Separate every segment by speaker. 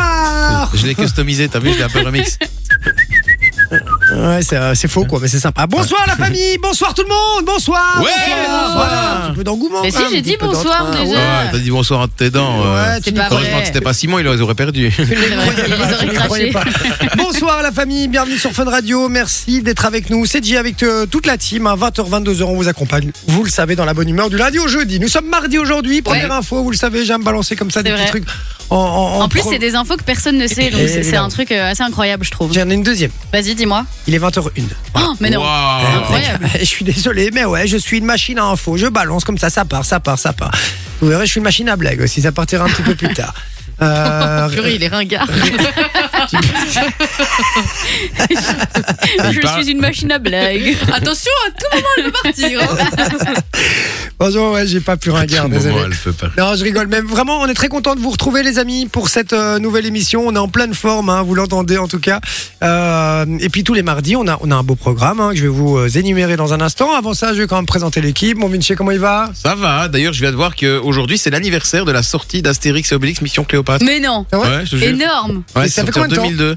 Speaker 1: D'accord.
Speaker 2: Je l'ai customisé, t'as vu, je l'ai un peu remix.
Speaker 1: Ouais, c'est euh, c'est faux quoi, mais c'est sympa. Bonsoir la famille, bonsoir tout le monde, bonsoir.
Speaker 2: Ouais,
Speaker 1: bonsoir.
Speaker 2: bonsoir.
Speaker 1: Voilà, un petit peu d'engouement.
Speaker 3: Mais
Speaker 1: quand
Speaker 3: si,
Speaker 1: même,
Speaker 3: j'ai
Speaker 1: un petit
Speaker 3: dit
Speaker 1: peu
Speaker 3: bonsoir
Speaker 1: d'entrain.
Speaker 3: déjà.
Speaker 1: Ouais.
Speaker 2: Ah, Ouais, t'as dit bonsoir entre tes dents. euh,
Speaker 1: Ouais,
Speaker 3: C'est
Speaker 1: tu
Speaker 3: pas
Speaker 1: dis-
Speaker 3: vrai.
Speaker 2: Heureusement que c'était pas Simon, il aurait perdu.
Speaker 1: tu les croyais
Speaker 3: vrai, il les
Speaker 1: pas,
Speaker 3: aurait
Speaker 1: tu les croyais
Speaker 3: crachés.
Speaker 1: pas. Bonsoir la famille, bienvenue sur Fun Radio, merci d'être avec nous. C'est J avec euh, toute la team, à 20h, 22h, on vous accompagne. Vous le savez, dans la bonne humeur du lundi au jeudi. Nous sommes mardi aujourd'hui, première info, vous le savez, j'aime balancer comme ça des
Speaker 3: C'est
Speaker 1: petits
Speaker 3: vrai.
Speaker 1: trucs. En, en- en
Speaker 3: En plus,
Speaker 1: pro-
Speaker 3: c'est des infos que personne ne sait, donc
Speaker 1: Et
Speaker 3: c'est- c'est
Speaker 1: évidemment.
Speaker 3: un truc euh, assez incroyable, je trouve.
Speaker 1: J'en ai une deuxième,
Speaker 3: Vas-y, dis-moi.
Speaker 1: il est 20h01.
Speaker 3: Oh, mais non.
Speaker 2: Waouh.
Speaker 3: Incroyable.
Speaker 1: Je suis désolé, mais ouais, je suis une machine à info. Je balance comme ça, ça part, ça part, ça part. Vous verrez, je suis une machine à blague aussi. Ça partira un petit peu plus tard. Euh,
Speaker 3: Purée, il est ringard. Je
Speaker 2: parle.
Speaker 3: suis une machine à blagues. Attention, à tout moment, elle peut partir. hein.
Speaker 1: bonjour, ouais, j'ai pas pu rien
Speaker 2: Bon,
Speaker 1: désolé.
Speaker 2: bon, elle fait pas.
Speaker 1: Non, je rigole, mais vraiment, on est très content de vous retrouver, les amis, pour cette euh, nouvelle émission. On est en pleine forme, hein, vous l'entendez en tout cas. Euh, et puis tous les mardis, on a, on a un beau programme hein, que je vais vous euh, énumérer dans un instant. Avant ça, je vais quand même présenter l'équipe. Mon Vinci, comment il va
Speaker 2: Ça va, d'ailleurs, je viens de voir qu'aujourd'hui, c'est l'anniversaire de la sortie d'Astérix et Obélix Mission Cléopâtre.
Speaker 3: Mais non.
Speaker 1: Ah ouais
Speaker 2: Ouais, je te jure.
Speaker 3: Énorme.
Speaker 2: Ouais,
Speaker 1: Et ça
Speaker 2: c'est
Speaker 1: fait
Speaker 2: sorti en
Speaker 1: combien de temps
Speaker 2: 2002.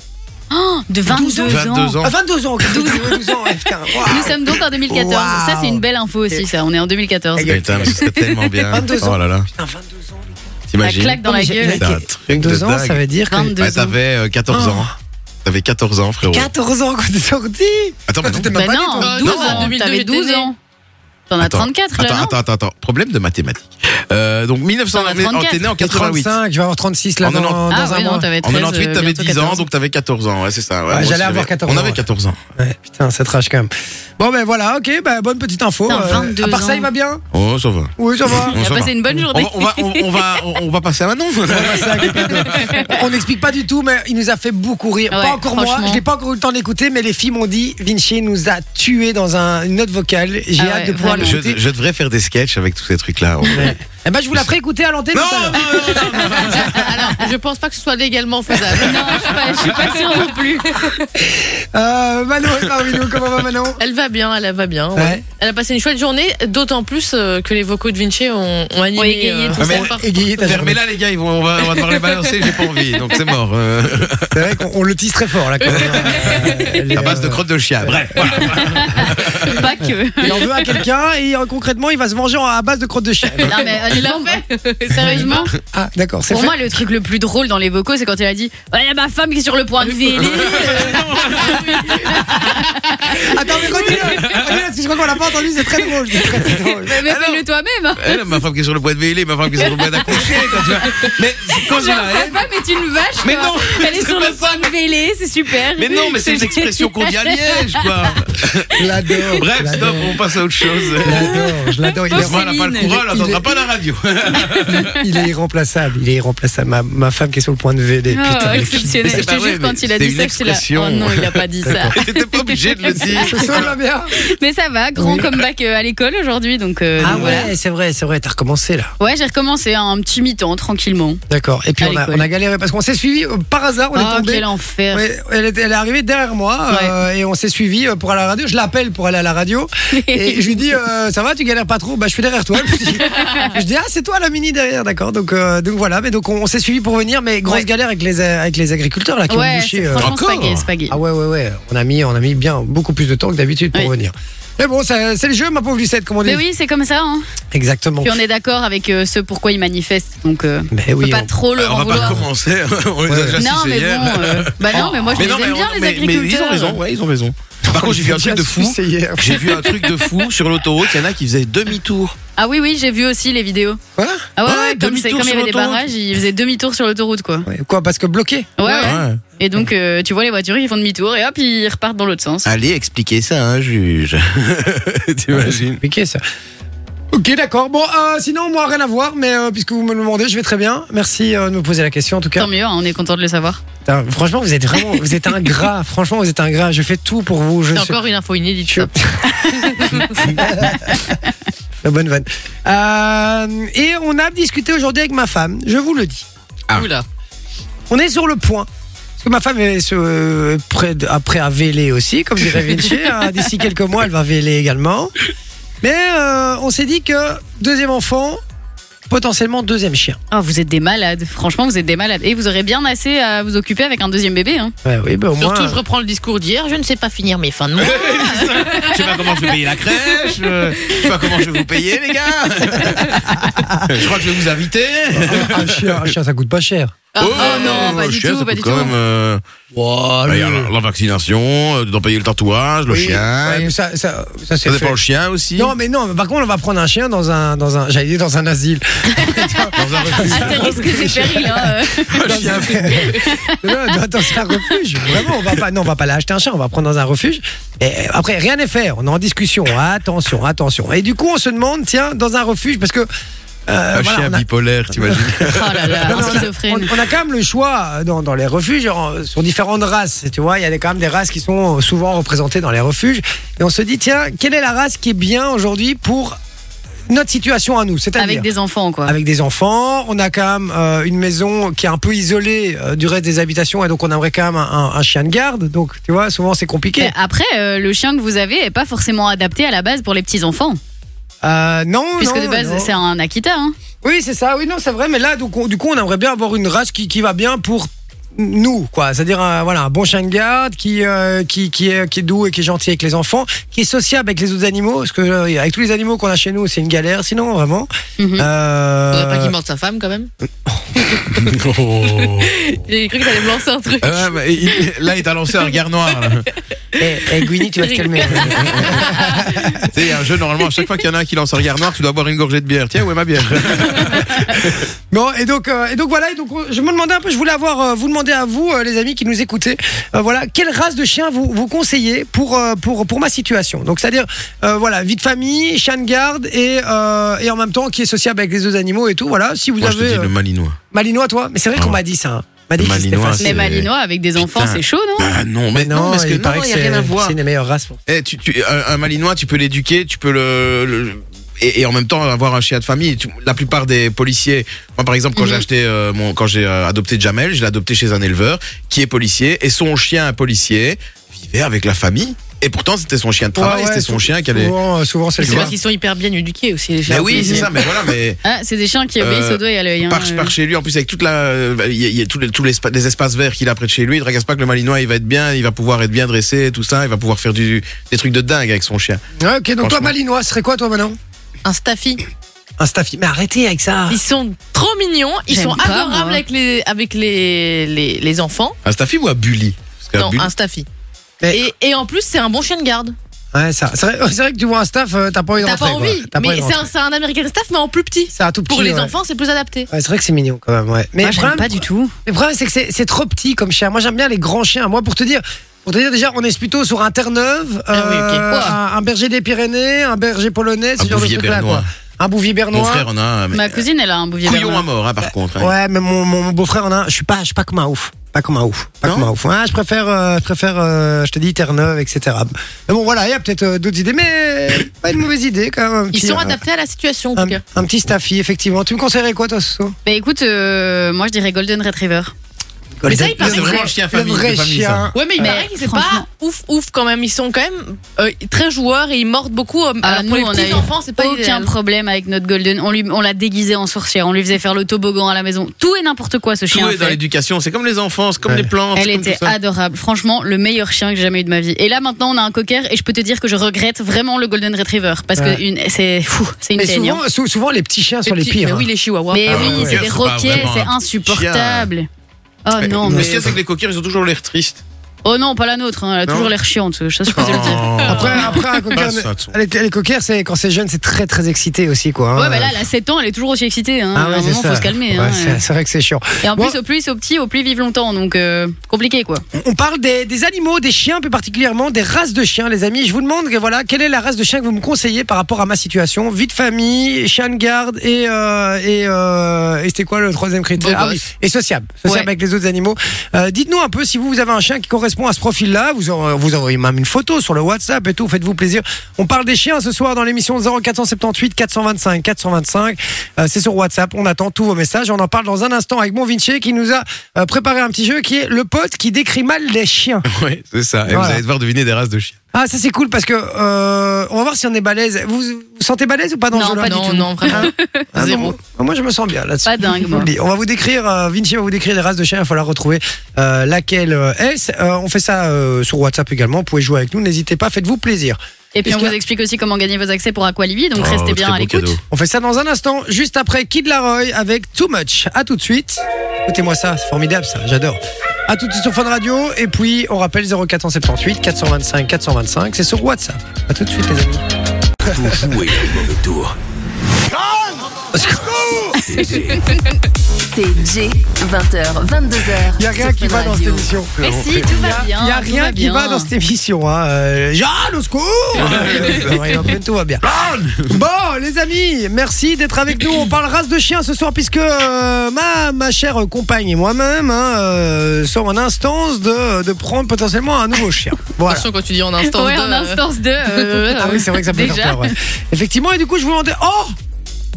Speaker 3: Oh, de
Speaker 1: 22
Speaker 3: 22
Speaker 2: ans.
Speaker 3: ans.
Speaker 2: 22 ans.
Speaker 1: Ah, 22 ans, 12, 12 ans, ouais, putain, waouh.
Speaker 3: Nous sommes donc en 2014.
Speaker 1: Waouh.
Speaker 3: Ça, c'est une belle info aussi, ça. On est en 2014.
Speaker 1: Et-
Speaker 2: Putain, mais ce serait tellement bien.
Speaker 1: 22 ans.
Speaker 2: Oh là là,
Speaker 1: Putain, 22 ans.
Speaker 3: La
Speaker 2: t'imagines
Speaker 3: claque dans la
Speaker 1: Mais j'ai-
Speaker 3: gueule.
Speaker 2: C'est un truc de
Speaker 1: 22 ans,
Speaker 2: dingue.
Speaker 1: ça veut dire que.
Speaker 3: 22
Speaker 2: Ouais,
Speaker 3: ans.
Speaker 2: t'avais euh, 14
Speaker 1: Oh.
Speaker 2: ans. T'avais 14 ans, frérot.
Speaker 1: 14 ans quand t'es sorti
Speaker 2: Attends, mais non.
Speaker 1: t'étais
Speaker 3: Bah
Speaker 1: même pas né, Ah, toi. Ah,
Speaker 3: non,
Speaker 4: toi.
Speaker 3: 12
Speaker 4: Non, en
Speaker 3: ans.
Speaker 4: 2002,
Speaker 3: T'avais
Speaker 4: j'étais
Speaker 3: 12
Speaker 4: né.
Speaker 3: ans. T'en as 34
Speaker 2: attends,
Speaker 3: là, non
Speaker 2: attends, attends, attends. Problème de mathématiques. Euh, donc, 1900,
Speaker 3: T'en as
Speaker 2: t'es né en 88.
Speaker 1: 85, je vais avoir 36 là
Speaker 2: En
Speaker 1: dans, dans
Speaker 2: 90.
Speaker 3: Ah
Speaker 1: un
Speaker 3: ouais,
Speaker 1: mois.
Speaker 3: non, t'avais
Speaker 2: En
Speaker 3: 13,
Speaker 2: 98,
Speaker 3: euh,
Speaker 2: t'avais
Speaker 3: bientôt
Speaker 2: 10 ans,
Speaker 3: 14.
Speaker 2: donc t'avais 14 ans. Ouais, c'est ça.
Speaker 1: Ouais,
Speaker 2: ouais. Moi
Speaker 1: Ah, j'allais
Speaker 2: aussi,
Speaker 1: avoir
Speaker 2: j'avais-
Speaker 1: 14
Speaker 2: On
Speaker 1: ans,
Speaker 2: avait
Speaker 1: ouais.
Speaker 2: 14 ans.
Speaker 1: Ouais, putain, c'est trash quand même. Bon ben voilà, ok, bah, bonne petite info.
Speaker 3: Putain,
Speaker 1: Euh,
Speaker 3: 22
Speaker 1: à part ça,
Speaker 3: ans.
Speaker 1: il va bien
Speaker 2: Oh, ça va.
Speaker 1: Oui, ça va.
Speaker 2: On
Speaker 3: Il a
Speaker 2: s'en va.
Speaker 3: passé une bonne
Speaker 2: On
Speaker 3: journée.
Speaker 2: va, on va, on, on va, on- on va passer à Manon.
Speaker 1: On n'explique pas du tout, mais il nous a fait beaucoup rire.
Speaker 3: Ouais,
Speaker 1: pas encore moi,
Speaker 3: franchement.
Speaker 1: je n'ai pas encore eu le temps d'écouter, mais les filles m'ont dit Vinci nous a tué dans un, une note vocale. J'ai
Speaker 3: Ah
Speaker 1: hâte
Speaker 3: ouais,
Speaker 1: de pouvoir
Speaker 3: vraiment.
Speaker 2: je,
Speaker 1: l'écouter.
Speaker 2: je devrais faire des sketchs avec tous ces trucs-là.
Speaker 1: Eh ben, je vous la ferai écouter à l'antenne.
Speaker 2: Non,
Speaker 1: tout à l'heure.
Speaker 4: Alors, je pense pas que ce soit légalement faisable.
Speaker 3: Non, je suis pas- je suis pas sûre non plus.
Speaker 1: Euh, Manon est parmi nous, comment va Manon
Speaker 4: Elle va bien, elle va bien. ouais.
Speaker 1: Ouais.
Speaker 4: Elle a passé une chouette journée, d'autant plus euh, que les vocaux de Vinci ont, ont animé.
Speaker 3: Ont égayé
Speaker 4: euh,
Speaker 3: tout
Speaker 2: ça.
Speaker 4: mais-
Speaker 2: Ouais,
Speaker 4: par-
Speaker 1: Égayez ta journée.
Speaker 2: Fermez-la, les gars, ils vont, on, va, on va devoir les balancer, j'ai pas envie. Donc c'est mort. Euh,
Speaker 1: C'est vrai qu'on on le tisse très fort là. Quand même. Euh, les,
Speaker 2: à base de
Speaker 1: euh,
Speaker 2: crottes de chien. Bref. voilà.
Speaker 3: Pas que.
Speaker 1: Il en veut à quelqu'un et euh, concrètement il va se venger en- à base de crottes de chien.
Speaker 3: Non, mais honnêtement, sérieusement,
Speaker 1: Ah d'accord, c'est
Speaker 3: pour
Speaker 1: fait.
Speaker 3: moi, le truc le plus drôle dans les vocaux, c'est quand il a dit Ouais, Il y a ma femme qui est sur le point de Euh, vieillir.
Speaker 1: Attends mais continue. Continue, parce que je crois qu'on l'a pas entendu, c'est très drôle. c'est très, très drôle.
Speaker 3: Mais fais-le toi-même. hein.
Speaker 2: Elle, ma femme qui est sur le point de véler, ma femme qui est sur le point d'accoucher. quand tu vois. Mais c'est quand j'ai
Speaker 3: Genre,
Speaker 2: la
Speaker 3: sa
Speaker 2: haine.
Speaker 3: femme est une vache.
Speaker 2: Mais
Speaker 3: quoi.
Speaker 2: non,
Speaker 3: Elle est
Speaker 2: c'est
Speaker 3: sur
Speaker 2: pas
Speaker 3: le point de véler, c'est super.
Speaker 2: Mais non, mais c'est une expression qu'on dit à Liège, quoi.
Speaker 1: Je l'adore. je
Speaker 2: Bref,
Speaker 1: l'adore,
Speaker 2: stop, on passe à autre chose.
Speaker 1: Je l'adore, je l'adore. Il, est-
Speaker 2: Heureusement, elle n'a pas le
Speaker 3: Céline.
Speaker 2: courage, elle
Speaker 1: Il est-
Speaker 2: n'entendra pas la radio.
Speaker 1: il est irremplaçable, il est irremplaçable. Ma, ma femme qui est sur le point de VD.
Speaker 3: Oh,
Speaker 1: Putain, les filles.
Speaker 3: exceptionnel.
Speaker 2: Mais c'est
Speaker 3: Je te
Speaker 2: pas
Speaker 3: jure,
Speaker 2: vrai, mais
Speaker 3: quand il a
Speaker 2: c'est
Speaker 3: dit
Speaker 2: une
Speaker 3: ça, j'étais là.
Speaker 2: expression.
Speaker 3: Oh non, il a pas dit ça.
Speaker 2: T'étais pas obligé de le dire.
Speaker 1: Ce soir, va bien.
Speaker 3: Mais ça va, grand
Speaker 1: Oui.
Speaker 3: comeback euh, à l'école aujourd'hui. Donc, euh,
Speaker 1: Ah
Speaker 3: donc voilà.
Speaker 1: ouais, c'est vrai, c'est vrai, t'as recommencé là.
Speaker 3: Ouais, j'ai recommencé un petit mi-temps tranquillement.
Speaker 1: D'accord. Et puis
Speaker 3: À
Speaker 1: on a,
Speaker 3: l'école.
Speaker 1: on a galéré parce qu'on s'est suivi euh, par hasard, on est
Speaker 3: Oh,
Speaker 1: tombé.
Speaker 3: quel enfer.
Speaker 1: Ouais, elle, est, elle est arrivée derrière moi euh, et on s'est suivi euh, pour aller à la radio. Je l'appelle pour aller à la radio et je lui dis euh, ça va, tu galères pas trop Bah je suis derrière toi. Elle me dit- je dis ah c'est toi la mini derrière, d'accord. Donc euh, donc voilà, mais donc on, on s'est suivi pour venir, mais grosse
Speaker 3: Ouais.
Speaker 1: galère avec les avec les agriculteurs là qui ont
Speaker 3: Ouais,
Speaker 1: bouché.
Speaker 3: c'est-
Speaker 1: euh,
Speaker 3: franchement, c'est pas
Speaker 2: Encore
Speaker 3: gay, c'est pas gay.
Speaker 1: ah ouais ouais ouais, on a mis on a mis bien beaucoup plus de temps que d'habitude pour
Speaker 3: Oui.
Speaker 1: venir. Mais bon, ça- c'est le jeu, ma pauvre Lucette, comme on dit.
Speaker 3: Mais oui, c'est comme ça. Hein.
Speaker 1: Exactement.
Speaker 3: Puis on est d'accord avec euh, ce pourquoi ils manifestent. Donc, euh,
Speaker 1: Mais
Speaker 3: on
Speaker 1: oui.
Speaker 3: peut pas
Speaker 1: on-
Speaker 3: trop le
Speaker 2: Euh, On va pas
Speaker 3: vouloir.
Speaker 2: commencer, on les a déjà
Speaker 3: Non,
Speaker 2: sucés
Speaker 3: mais
Speaker 2: hier.
Speaker 3: bon. euh,
Speaker 1: Oh.
Speaker 3: bah non, mais moi je les
Speaker 2: non,
Speaker 3: aime
Speaker 2: mais
Speaker 3: bien,
Speaker 2: on-
Speaker 3: les
Speaker 2: mais- mais
Speaker 3: agriculteurs.
Speaker 2: ils ont raison, ouais, ils ont raison. Par contre, j'ai vu un truc de fou.
Speaker 1: C'est hier.
Speaker 2: J'ai vu un truc de fou sur l'autoroute. Il y en a qui faisaient demi-tour.
Speaker 3: Ah oui, oui, j'ai vu aussi les vidéos.
Speaker 1: Quoi
Speaker 3: Ah
Speaker 2: Ouais,
Speaker 3: ouais, ouais, comme c'est-
Speaker 2: demi-tour
Speaker 3: comme il y
Speaker 2: sur
Speaker 3: avait des
Speaker 2: l'autoroute.
Speaker 3: barrages, ils faisaient demi-tour sur l'autoroute, quoi.
Speaker 1: Ouais, Quoi Parce que bloqué.
Speaker 3: Ouais, ouais. Et donc, euh, tu vois les voitures, ils font demi-tour et hop, ils repartent dans l'autre sens.
Speaker 2: Allez expliquer ça à un juge. T'imagines
Speaker 1: compliqué ça. Ok, d'accord. Bon, euh, sinon, moi, rien à voir, mais euh, puisque vous me le demandez, je vais très bien. Merci euh, de me poser la question, en tout cas.
Speaker 3: Tant mieux, hein, on est content de le savoir.
Speaker 1: Putain, franchement, vous êtes vraiment, vous êtes ingrat. franchement, vous êtes ingrat. Je fais tout pour vous. Je
Speaker 4: C'est
Speaker 1: suis-
Speaker 4: encore une info inédite.
Speaker 1: je-
Speaker 4: ça.
Speaker 1: La bonne vanne. Euh, et on a discuté aujourd'hui avec ma femme, je vous le dis.
Speaker 2: Ah.
Speaker 4: Oula.
Speaker 1: On est sur le point. Parce que ma femme est sur- euh, près de- après à véler aussi, comme dirait Vinci. hein. D'ici quelques mois, elle va véler également. Mais euh, on s'est dit que deuxième enfant, potentiellement deuxième chien.
Speaker 3: Ah, vous êtes des malades. Franchement, vous êtes des malades. Et vous aurez bien assez à vous occuper avec un deuxième bébé. Hein.
Speaker 1: Ouais, oui, bah, au moins. Euh.
Speaker 4: Surtout, je reprends le discours d'hier, je ne sais pas finir mes fins de mois.
Speaker 2: Je sais pas comment je vais payer la crèche, euh, je sais pas comment je vais vous payer, les gars. je crois que je vais vous inviter.
Speaker 1: un, chien, un chien, ça coûte pas cher.
Speaker 3: Ah, oh non, pas
Speaker 2: le
Speaker 3: du
Speaker 2: euh, chien,
Speaker 3: tout,
Speaker 2: ça
Speaker 3: pas
Speaker 2: coûte
Speaker 3: du
Speaker 2: quand
Speaker 3: tout.
Speaker 2: même, euh, bah, y a la, la vaccination, euh, d'en payer le tatouage, le
Speaker 1: Oui,
Speaker 2: chien.
Speaker 1: ouais, mais ça, ça, ça, c'est
Speaker 2: ça dépend
Speaker 1: fait.
Speaker 2: le chien aussi.
Speaker 1: Non, mais non, mais par contre, on va prendre un chien dans un. Dans un J'allais dire dans un asile.
Speaker 2: Dans un refuge.
Speaker 3: Ah, t'as risque et péril. Hein.
Speaker 2: Un chien.
Speaker 1: Non, non, dans un refuge. Vraiment, on va pas, non, on va pas l'acheter un chien, on va prendre dans un refuge. Et euh, après, rien n'est fait. On est en discussion. Attention, attention. Et du coup, on se demande, tiens, dans un refuge, parce que. euh,
Speaker 2: Un
Speaker 1: voilà,
Speaker 2: chien
Speaker 1: on a-
Speaker 2: bipolaire, t'imagines.
Speaker 3: Oh là là,
Speaker 1: Non,
Speaker 3: un
Speaker 1: non, on a-
Speaker 3: schizophrène.
Speaker 1: on, on a quand même le choix euh, dans, dans les refuges genre, euh, sur différentes races. Tu vois, il y a des- quand même des races qui sont euh, souvent représentées dans les refuges. Et on se dit, tiens, quelle est la race qui est bien aujourd'hui pour notre situation à nous
Speaker 3: Avec
Speaker 1: C'est-à-dire
Speaker 3: des enfants, quoi.
Speaker 1: avec des enfants. On a quand même euh, une maison qui est un peu isolée euh, du reste des habitations et donc on aimerait quand même un, un- un chien de garde. Donc tu vois, souvent c'est compliqué.
Speaker 3: Mais Après, euh, le chien que vous avez est pas forcément adapté à la base pour les petits enfants,
Speaker 1: Euh, non,
Speaker 3: puisque
Speaker 1: non,
Speaker 3: de base
Speaker 1: non.
Speaker 3: c'est un Akita. Hein.
Speaker 1: Oui, c'est ça. Oui, non, c'est vrai. Mais là, donc, on- du coup, on aimerait bien avoir une race qui, qui va bien pour nous, quoi. C'est-à-dire, un- voilà, un bon chien de garde qui, euh, qui, qui, est, qui est doux et qui est gentil avec les enfants, qui est sociable avec les autres animaux. Parce que euh, avec tous les animaux qu'on a chez nous, c'est une galère. Sinon, vraiment.
Speaker 3: Mhm.
Speaker 1: Euh,
Speaker 4: Faudrait pas qu'il morde sa femme quand même.
Speaker 1: Oh.
Speaker 4: J'ai cru que t'allais me lancer un
Speaker 1: Euh,
Speaker 4: truc.
Speaker 2: Ah ouais, mais il- là, il t'a lancé un regard noir. là.
Speaker 1: eh, eh, Gwynny, tu vas te calmer.
Speaker 2: Tu sais, il y a un jeu, normalement, à chaque fois qu'il y en a un qui lance un regard noir, tu dois boire une gorgée de bière. Tiens, où est ma bière
Speaker 1: Bon, et donc, euh, et donc voilà, et donc, euh, je me demandais un peu, je voulais avoir, euh, vous demander à vous, euh, les amis qui nous écoutez, euh, voilà, quelle race de chien vous, vous conseillez pour, euh, pour, pour ma situation Donc, c'est-à-dire, euh, voilà, vie de famille, chien de garde, et, euh, et en même temps, qui est sociable avec les autres animaux et tout, voilà, si vous
Speaker 2: Moi, Oh, je te
Speaker 1: avez.
Speaker 2: dis
Speaker 1: euh,
Speaker 2: le malinois.
Speaker 1: Malinois, toi Mais c'est vrai
Speaker 2: Ah
Speaker 1: qu'on
Speaker 2: ouais.
Speaker 1: m'a dit ça. hein. On m'a dit
Speaker 2: Le
Speaker 1: que c'était
Speaker 2: Malinois,
Speaker 1: facile.
Speaker 3: Mais
Speaker 2: c'est-
Speaker 3: Malinois avec des enfants,
Speaker 2: Putain.
Speaker 3: c'est chaud, non
Speaker 2: Bah
Speaker 1: Ah,
Speaker 2: non, mais
Speaker 1: Mais
Speaker 2: non, parce que
Speaker 1: il
Speaker 2: non,
Speaker 1: paraît
Speaker 2: il
Speaker 1: que
Speaker 2: n'y a rien à
Speaker 1: c'est
Speaker 2: voir.
Speaker 1: c'est une meilleure race. pour-
Speaker 2: Eh, tu, tu- un, un malinois, tu peux l'éduquer, tu peux le, le- et, et en même temps avoir un chien de famille. Tu- la plupart des policiers, moi par exemple, quand j'ai acheté euh, mon, quand j'ai euh, adopté Jamel, je l'ai adopté chez un éleveur qui est policier et son chien un policier vivait avec la famille. Et pourtant, c'était son chien de travail,
Speaker 1: Ouais, ouais,
Speaker 2: c'était
Speaker 1: sou-
Speaker 2: son chien qui allait.
Speaker 1: Souvent, euh, souvent c'est
Speaker 4: Mais
Speaker 1: le
Speaker 4: C'est
Speaker 1: cas.
Speaker 4: parce qu'ils sont hyper bien éduqués aussi, les
Speaker 2: Mais
Speaker 4: chiens.
Speaker 2: oui, c'est ça. Mais voilà, mais
Speaker 3: Ah, c'est des chiens qui obéissent
Speaker 2: Euh,
Speaker 3: au doigt et à l'œil. hein.
Speaker 2: par, par chez lui, en plus avec toute la, euh, il y a, il y a tous les, tous les, spa- les espaces verts qu'il a près de chez lui. Il ne tracasse pas que le malinois, il va être bien, il va pouvoir être bien dressé, tout ça, il va pouvoir faire du, des trucs de dingue avec son chien.
Speaker 1: Ouais, ok, donc toi,
Speaker 2: Franchement.
Speaker 1: Malinois, ce serait quoi, toi, maintenant
Speaker 4: Un staffy.
Speaker 1: Un staffy. Mais arrêtez avec ça.
Speaker 4: Ils sont trop mignons, ils
Speaker 3: J'aime
Speaker 4: sont
Speaker 3: pas,
Speaker 4: adorables
Speaker 3: moi.
Speaker 4: avec les avec les, les, les enfants.
Speaker 2: Un staffy ou un bully Parce qu'un
Speaker 4: Non,
Speaker 2: bully-
Speaker 4: un staffy.
Speaker 1: Mais-
Speaker 4: Et, et en plus, c'est un bon chien de garde.
Speaker 1: Ouais, ça. C'est vrai, c'est vrai que tu vois un staff, euh, t'as pas envie de
Speaker 4: T'as pas
Speaker 1: rentrer. quoi.
Speaker 4: envie,
Speaker 1: T'as pas
Speaker 4: mais
Speaker 1: envie de
Speaker 4: c'est
Speaker 1: rentrer.
Speaker 4: un, c'est un American staff, mais en plus petit.
Speaker 1: C'est un tout petit.
Speaker 4: Pour les
Speaker 1: ouais.
Speaker 4: enfants, c'est plus adapté.
Speaker 1: Ouais, c'est vrai que c'est mignon quand même, ouais. Mais
Speaker 3: Moi,
Speaker 1: le
Speaker 3: j'aime
Speaker 1: problème,
Speaker 3: pas du tout.
Speaker 1: le problème, c'est que c'est c'est trop petit comme chien. Moi, j'aime bien les grands chiens. Moi, pour te dire, pour te dire déjà, on est plutôt sur un Terre-Neuve,
Speaker 4: Ah oui, ok.
Speaker 1: euh, un, un berger des Pyrénées, un berger polonais, ce
Speaker 2: Un
Speaker 1: genre de
Speaker 2: bouvier
Speaker 1: truc-là.
Speaker 2: bernois.
Speaker 1: quoi. Un bouvier bernois.
Speaker 2: Mon frère en a un. Mais...
Speaker 3: Ma cousine, elle a un bouvier
Speaker 2: Couillon
Speaker 3: bernois.
Speaker 2: à mort, hein, par contre. hein.
Speaker 1: Ouais, mais mon, mon- mon beau-frère en a. un. Je suis pas, je suis pas comme un ouf. Pas comme un ouf. Pas
Speaker 2: Non
Speaker 1: comme un ouf. Ouais, je préfère, euh, je préfère, euh, je te dis Terre-Neuve, etc. Mais bon, voilà, il y a peut-être euh, d'autres idées, mais pas une mauvaise idée quand même. un
Speaker 4: Ils
Speaker 1: petit-
Speaker 4: sont
Speaker 1: un-
Speaker 4: adaptés à la situation, en
Speaker 1: Un,
Speaker 4: tout cas.
Speaker 1: un petit staffy, effectivement. Tu me conseillerais quoi, toi, Soso
Speaker 2: hein.
Speaker 3: Bah écoute, euh, moi je dirais Golden Retriever.
Speaker 4: Mais ça, il
Speaker 2: Ça,
Speaker 4: paraît
Speaker 2: c'est
Speaker 4: que
Speaker 2: vraiment
Speaker 4: c'est-
Speaker 2: le chien
Speaker 1: Le
Speaker 2: famille.
Speaker 1: vrai
Speaker 2: de famille, ça.
Speaker 1: chien.
Speaker 4: Ouais, mais il
Speaker 3: Ouais,
Speaker 4: paraît que c'est
Speaker 3: franchement.
Speaker 4: pas ouf, ouf quand même. Ils sont quand même euh, très joueurs et ils mordent beaucoup. euh,
Speaker 3: Ah,
Speaker 4: alors
Speaker 3: nous,
Speaker 4: pour les
Speaker 3: on a
Speaker 4: petits
Speaker 3: eu
Speaker 4: enfants, c'est pas
Speaker 3: Aucun
Speaker 4: idéal.
Speaker 3: problème avec notre Golden. On, lui, on l'a déguisé en sorcière, on lui faisait faire le toboggan à la maison. Tout et n'importe quoi ce
Speaker 2: Tout
Speaker 3: chien. a
Speaker 2: est dans
Speaker 3: fait.
Speaker 2: l'éducation. C'est comme les enfants, c'est comme
Speaker 1: Ouais.
Speaker 2: les plantes.
Speaker 3: Elle
Speaker 2: c'est comme
Speaker 3: était
Speaker 2: tout ça.
Speaker 3: adorable. Franchement, le meilleur chien que j'ai jamais eu de ma vie. Et là, maintenant, on a un cocker et je peux te dire que je regrette vraiment le Golden Retriever parce
Speaker 1: Ouais.
Speaker 3: que une- c'est fou, c'est une
Speaker 1: Mais
Speaker 3: teigne, hein.
Speaker 1: souvent, sou- souvent, les petits chiens
Speaker 4: Les
Speaker 1: sont les
Speaker 4: petits-
Speaker 1: pires.
Speaker 4: mais
Speaker 1: hein.
Speaker 4: oui, les chihuahuas.
Speaker 3: Mais
Speaker 2: Ah,
Speaker 3: oui,
Speaker 2: un cocker,
Speaker 3: c'est des
Speaker 2: c'est pas
Speaker 3: roquets,
Speaker 2: vraiment
Speaker 3: c'est
Speaker 2: un chien.
Speaker 3: insupportable. Oh
Speaker 2: Mais-
Speaker 3: non,
Speaker 2: mais
Speaker 3: mais.
Speaker 2: ce qu'il y a, c'est que les coquilles, ils ont toujours l'air tristes.
Speaker 3: Oh non, pas la nôtre, hein, elle a
Speaker 2: Non.
Speaker 3: toujours l'air chiante, je sais pas si je peux te le
Speaker 2: Oh.
Speaker 3: dire.
Speaker 1: Après, après
Speaker 2: Après,
Speaker 1: un cocker,
Speaker 2: ça, de son-
Speaker 1: les, les coquers, c'est quand c'est jeune, c'est très très excité aussi, quoi. hein.
Speaker 3: Ouais, bah là, elle a 7 ans, elle est toujours aussi excitée. Hein.
Speaker 1: Ah
Speaker 3: à
Speaker 1: ouais,
Speaker 3: un
Speaker 1: c'est
Speaker 3: moment,
Speaker 1: ça.
Speaker 3: faut se calmer.
Speaker 1: Ouais,
Speaker 3: hein.
Speaker 1: c'est- C'est vrai que c'est chiant.
Speaker 3: Et en
Speaker 1: Moi-
Speaker 3: plus, au plus ils sont petits, au plus ils vivent longtemps, donc euh, compliqué quoi.
Speaker 1: On parle des, des animaux, des chiens plus particulièrement, des races de chiens, les amis. Je vous demande, que, voilà, quelle est la race de chien que vous me conseillez par rapport à ma situation Vie de famille, chien de garde et euh, et, euh, et c'était quoi le troisième critère
Speaker 4: Beau
Speaker 1: Ah
Speaker 4: gosse.
Speaker 1: oui, et sociable, sociable
Speaker 3: Ouais.
Speaker 1: avec les autres animaux. Euh, Dites-nous un peu si vous, vous avez un chien qui correspond à ce profil-là. Vous en- vous envoyez même une photo sur le WhatsApp et tout. Faites-vous plaisir. On parle des chiens ce soir dans l'émission 0478 425 425. Euh, C'est sur WhatsApp. On attend tous vos messages. On en parle dans un instant avec mon Vinci qui nous a euh, préparé un petit jeu qui est le pote qui décrit mal les chiens.
Speaker 2: Ouais, c'est ça. Et
Speaker 1: Voilà.
Speaker 2: vous allez devoir deviner des races de chiens.
Speaker 1: Ah, ça c'est cool parce que euh, on va voir si on est balèze. Vous vous sentez balèze ou pas dans
Speaker 3: Non,
Speaker 1: ce jeu-là
Speaker 3: pas du
Speaker 4: non,
Speaker 3: tout.
Speaker 4: non, vraiment.
Speaker 1: Ah,
Speaker 4: Zéro.
Speaker 1: bon, moi je me sens bien là-dessus.
Speaker 3: Pas dingue, moi.
Speaker 1: On va vous décrire, euh, Vinci va vous décrire les races de chiens, il va falloir retrouver euh, laquelle euh, est. Euh, on fait ça euh, sur WhatsApp également, vous pouvez jouer avec nous, n'hésitez pas, faites-vous plaisir.
Speaker 3: Et puis
Speaker 1: Est-ce
Speaker 3: on vous
Speaker 1: qu'il y a-
Speaker 3: explique aussi comment gagner vos accès pour Aqualibi, donc
Speaker 2: Oh,
Speaker 3: restez bien
Speaker 2: très
Speaker 3: à
Speaker 2: beau
Speaker 3: l'écoute.
Speaker 2: cadeau.
Speaker 1: On fait ça dans un instant, juste après Kid Laroy avec Too Much. À tout de suite. Écoutez-moi ça, c'est formidable ça, j'adore. À tout de suite sur Fun Radio et puis on rappelle 0478 425 425, c'est sur WhatsApp. À tout de suite les amis.
Speaker 5: Pour jouer le mauvais tour.
Speaker 6: C'est J, 20h, 22h.
Speaker 1: Il y a rien qui va dans cette émission.
Speaker 3: Merci, tout va bien.
Speaker 1: Il n'y a
Speaker 3: Ah, tout
Speaker 1: rien qui
Speaker 3: bien.
Speaker 1: va dans cette émission. Hein. Euh, Jeanne, au secours Ouais, en fait, Tout va bien. Bon, les amis, merci d'être avec nous. On parle race de chien ce soir puisque euh, ma, ma chère compagne et moi-même hein, euh, sommes en instance de, de prendre potentiellement un nouveau chien. Voilà.
Speaker 4: Attention quand tu dis en instant. euh.
Speaker 3: Ouais,
Speaker 4: de-
Speaker 3: en instance 2.
Speaker 1: Ah oui, c'est vrai que ça peut
Speaker 3: déjà.
Speaker 1: faire peur. ouais. Effectivement, et du coup, je vous demandais... Oh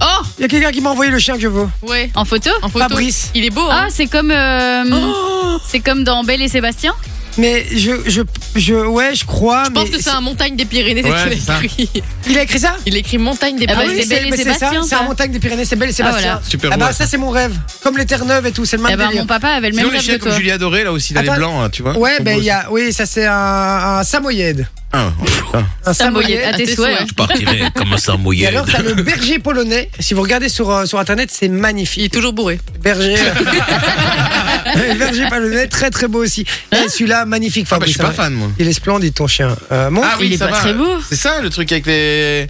Speaker 4: Oh
Speaker 1: Il y a quelqu'un qui m'a envoyé le chien que je veux.
Speaker 4: Ouais,
Speaker 3: En photo
Speaker 4: en photo.
Speaker 1: Fabrice.
Speaker 4: Il est beau,
Speaker 3: Ah,
Speaker 4: hein
Speaker 3: c'est comme. euh,
Speaker 1: Oh
Speaker 3: C'est comme dans Belle et Sébastien
Speaker 1: Mais je, je, je, ouais, je crois.
Speaker 4: Je pense
Speaker 1: mais
Speaker 4: que c'est un montagne des Pyrénées
Speaker 2: Ouais,
Speaker 4: qu'il
Speaker 2: c'est ça.
Speaker 4: écrit.
Speaker 1: Il a écrit ça
Speaker 4: Il écrit montagne des
Speaker 3: Ah bah,
Speaker 1: oui,
Speaker 4: Pyrénées.
Speaker 3: c'est Belle et
Speaker 1: mais c'est ça,
Speaker 3: Sébastien,
Speaker 1: C'est la
Speaker 3: ça.
Speaker 1: montagne des Pyrénées, c'est Belle et Sébastien.
Speaker 3: voilà.
Speaker 2: Super
Speaker 1: Ah
Speaker 2: beau,
Speaker 1: bah
Speaker 2: ouais.
Speaker 1: ça c'est mon rêve. Comme les Terre-Neuve et tout, c'est le
Speaker 3: Eh
Speaker 1: même
Speaker 3: ben,
Speaker 1: délire.
Speaker 3: mon papa avait le même
Speaker 2: Sinon, les
Speaker 3: rêve que
Speaker 2: chiens comme
Speaker 3: toi.
Speaker 2: Julia Doré, là aussi, il a les
Speaker 1: Attends.
Speaker 2: blancs, hein, tu vois.
Speaker 1: Ouais,
Speaker 2: Ils sont
Speaker 1: ben
Speaker 2: beaux
Speaker 1: il y a, oui, ça c'est un, un samoyed.
Speaker 2: aussi. Ah, oh, putain.
Speaker 1: Un hein.
Speaker 3: Samoyed, à tes souhaits. hein.
Speaker 5: Je partirai comme un
Speaker 1: Et
Speaker 5: samoyed.
Speaker 1: alors
Speaker 2: Ah,
Speaker 1: t'as le berger polonais. Si vous regardez sur euh, sur internet, c'est
Speaker 4: Il est
Speaker 1: magnifique.
Speaker 4: toujours bourré.
Speaker 1: Berger, Le berger polonais, très très beau aussi.
Speaker 3: Hein
Speaker 1: Et celui-là, magnifique.
Speaker 2: Ah bah,
Speaker 1: Fabrice,
Speaker 2: je suis pas
Speaker 1: hein.
Speaker 2: fan, moi.
Speaker 1: Il est splendide ton chien. Euh, mon
Speaker 2: Ah oui,
Speaker 3: il est
Speaker 2: ça
Speaker 3: pas
Speaker 2: va.
Speaker 3: très beau.
Speaker 2: C'est ça le truc avec les.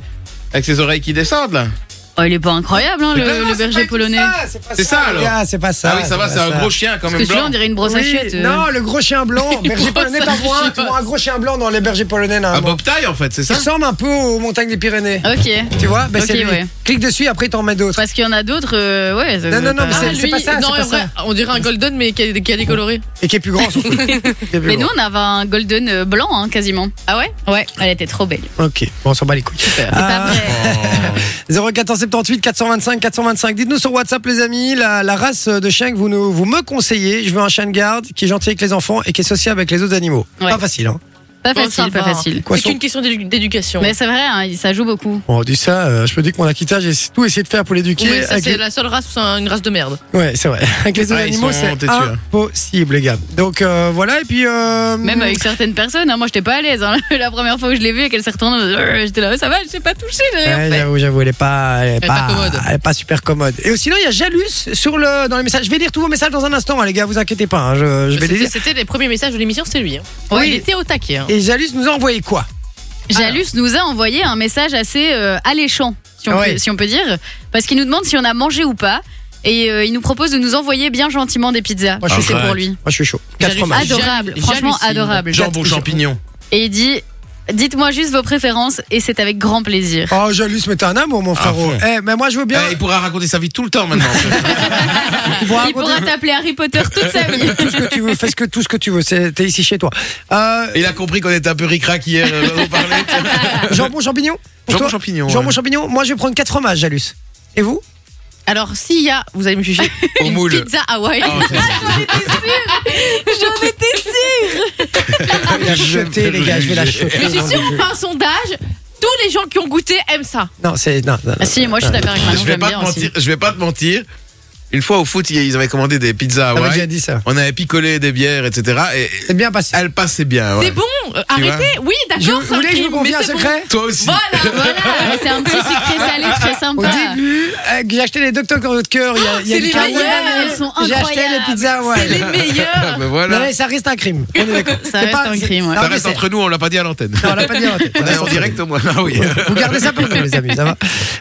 Speaker 2: Avec ses oreilles qui descendent là.
Speaker 3: Oh, il est pas incroyable, hein,
Speaker 2: Mais non,
Speaker 3: le,
Speaker 2: non,
Speaker 3: le
Speaker 2: c'est pas
Speaker 3: berger
Speaker 2: du
Speaker 3: polonais.
Speaker 1: Ah, C'est pas
Speaker 2: C'est ça, alors.
Speaker 1: les gars, C'est pas ça.
Speaker 2: ah oui, ça va,
Speaker 1: pas
Speaker 2: c'est un
Speaker 1: ça.
Speaker 2: gros chien quand
Speaker 3: Parce
Speaker 2: même
Speaker 3: que celui-là,
Speaker 2: blanc.
Speaker 3: on dirait une brosse à
Speaker 1: Oui,
Speaker 3: chiottes. euh.
Speaker 1: non, le gros chien blanc. berger
Speaker 4: gros
Speaker 1: polonais, t'as droit,
Speaker 4: chiottes.
Speaker 1: tu vois un gros chien blanc dans les bergers polonais.
Speaker 2: Un
Speaker 1: normalement.
Speaker 2: bobtail en fait, c'est
Speaker 1: Ça
Speaker 2: ça
Speaker 1: ressemble un peu aux montagnes des Pyrénées.
Speaker 3: Ok.
Speaker 1: Tu vois ben,
Speaker 3: Ah. Ok,
Speaker 1: c'est lui.
Speaker 3: ouais.
Speaker 1: Clique dessus, après t'en mets d'autres.
Speaker 3: Parce qu'il y en a d'autres, euh, ouais. ça-
Speaker 1: Non, non, Ah, non, mais
Speaker 3: pas-
Speaker 1: c'est- pas ça,
Speaker 4: non,
Speaker 1: c'est pas
Speaker 4: en vrai, on dirait un golden mais qui est, qui est décoloré.
Speaker 1: Et qui est plus grand surtout. Qui est plus
Speaker 3: Mais nous,
Speaker 1: grand.
Speaker 3: on avait un golden euh, blanc, hein, quasiment. Ah ouais Ouais, elle était trop belle.
Speaker 1: Ok, bon, on s'en bat les couilles.
Speaker 3: C'est pas vrai.
Speaker 1: 0478 425 425. Dites-nous sur WhatsApp, les amis, la, la race de chien que vous, nous- vous me conseillez. Je veux un chien de garde qui est gentil avec les enfants et qui est sociable avec les autres animaux.
Speaker 3: Ouais.
Speaker 1: Pas facile, hein
Speaker 3: Pas
Speaker 4: Bon, ça
Speaker 3: facile, pas
Speaker 4: va.
Speaker 3: facile.
Speaker 1: Quoi
Speaker 4: C'est
Speaker 1: son-
Speaker 4: qu'une question d'édu- d'éducation.
Speaker 3: Mais c'est vrai, hein, ça joue beaucoup.
Speaker 1: Bon, on dit ça, euh, je peux dire que mon Akita, j'ai tout essayé de faire pour l'éduquer.
Speaker 4: Oui, ça,
Speaker 1: avec
Speaker 4: c'est
Speaker 1: les-
Speaker 4: la seule race où c'est un- une race de merde.
Speaker 1: Ouais, c'est vrai. Avec les autres
Speaker 2: Ouais, Ah, ils
Speaker 1: animaux,
Speaker 2: sont
Speaker 1: c'est
Speaker 2: têtus, hein.
Speaker 1: impossible, les gars. Donc euh, voilà, et puis. euh,
Speaker 3: Même avec certaines personnes, hein, moi j'étais pas à l'aise. hein. La première fois que je l'ai vue et qu'elle s'est retournée, euh, j'étais là, Ouais, ça va, je t'ai pas touché. j'ai rien
Speaker 1: Ouais,
Speaker 3: fait.
Speaker 1: Eh, j'avoue, j'avoue, elle est pas, elle est
Speaker 4: est
Speaker 1: pas,
Speaker 4: pas commode.
Speaker 1: elle est pas super commode. Et sinon, il y a Jalus sur le, dans les messages. Je vais lire tous vos messages dans un instant, hein, les gars, vous inquiétez pas, hein, je, je vais les
Speaker 4: C'était
Speaker 1: lire.
Speaker 4: c'était les premiers messages de l'émission, c'est lui. hein. Ouais,
Speaker 1: Oui.
Speaker 4: Il était au taquet. hein.
Speaker 1: Et Jalus nous a envoyé quoi
Speaker 3: Jalus nous a envoyé un message assez euh, alléchant, si on,
Speaker 1: Ah ouais.
Speaker 3: peut, si on peut dire, parce qu'il nous demande si on a mangé ou pas. Et euh, il nous propose de nous envoyer bien gentiment des pizzas.
Speaker 1: Moi, je suis
Speaker 3: C'est
Speaker 1: chaud.
Speaker 3: pour lui.
Speaker 1: Moi, je suis chaud. Quatre
Speaker 4: Jalus.
Speaker 1: fromages.
Speaker 4: Ado-
Speaker 3: Adorable,
Speaker 4: Jalousie.
Speaker 3: franchement adorable.
Speaker 2: Jambon champignon.
Speaker 3: Et il dit Dites-moi juste vos préférences et c'est avec grand plaisir.
Speaker 1: Oh, Jalus, mais t'es un amour, mon frérot.
Speaker 2: fond.
Speaker 1: Eh, mais moi, je veux bien.
Speaker 2: Ah, Eh, il pourra raconter sa vie tout le temps maintenant.
Speaker 1: pouvoir
Speaker 3: Il pourra t'appeler Harry Potter toute sa vie.
Speaker 1: tout ce que tu veux, fais ce que, tout ce que tu veux. c'est- T'es ici chez toi. Euh,
Speaker 2: il a compris qu'on était un peu ricrac hier. euh, on parlait.
Speaker 1: jambon champignon pour
Speaker 2: Jambon
Speaker 1: toi
Speaker 2: champignon. hein.
Speaker 1: Jambon
Speaker 2: ouais.
Speaker 1: champignon Moi, je vais prendre quatre fromages, Jalus. Et vous
Speaker 4: Alors, s'il y a, vous allez me juger,
Speaker 2: Au
Speaker 4: une
Speaker 2: moule.
Speaker 4: pizza Hawaii.
Speaker 2: Oh, putain.
Speaker 1: Ah,
Speaker 3: J'en étais sûre.
Speaker 2: Ah,
Speaker 1: Je vais la jeter, les gars, je vais la jeter.
Speaker 4: Mais je suis sûre, on fait un sondage. Tous les gens qui ont goûté aiment ça.
Speaker 1: Non, c'est. Non, non, non.
Speaker 3: Ah si, moi je suis d'accord avec Manon,
Speaker 2: je vais
Speaker 3: j'aime
Speaker 2: pas te
Speaker 3: bien aussi.
Speaker 2: mentir. Je vais pas te mentir. Une fois au foot, ils avaient commandé des pizzas
Speaker 1: Ah, moi, j'ai
Speaker 2: Hawaii.
Speaker 1: dit ça.
Speaker 2: On avait picolé des bières, etc. Et
Speaker 1: C'est bien passé.
Speaker 2: elle passait bien. ouais.
Speaker 4: C'est bon, euh, arrêtez. Oui,
Speaker 1: Je,
Speaker 4: d'accord,
Speaker 1: vous
Speaker 4: c'est un
Speaker 1: voulez que je vous
Speaker 4: crime,
Speaker 1: confie
Speaker 4: mais
Speaker 1: un
Speaker 4: c'est bon.
Speaker 1: secret
Speaker 2: Toi aussi.
Speaker 4: Voilà,
Speaker 3: Voilà, Ah, c'est un petit sucré salé très
Speaker 1: Au
Speaker 3: sympa.
Speaker 1: début, euh, que j'ai acheté les Dr. Cœur il y a, il y a
Speaker 4: c'est
Speaker 1: une
Speaker 4: les
Speaker 1: quinzaine
Speaker 4: meilleurs,
Speaker 1: d'années.
Speaker 3: elles sont
Speaker 1: J'ai acheté les
Speaker 3: incroyables.
Speaker 1: pizzas,
Speaker 4: c'est
Speaker 1: ouais.
Speaker 4: les
Speaker 2: Mais
Speaker 4: meilleurs.
Speaker 1: Non,
Speaker 2: Ah, ben voilà.
Speaker 1: mais ça reste un crime. On est d'accord.
Speaker 3: Ça
Speaker 1: C'est
Speaker 3: reste un
Speaker 1: c'est-
Speaker 3: crime, ouais.
Speaker 1: Non,
Speaker 2: Ça
Speaker 1: mais
Speaker 2: reste
Speaker 1: c'est-
Speaker 2: entre nous, on l'a pas dit à l'antenne.
Speaker 1: Non, on l'a pas dit. ouais.
Speaker 2: On est en direct au moins. Ah oui.
Speaker 1: Vous gardez ça pour nous, les amis, ça va.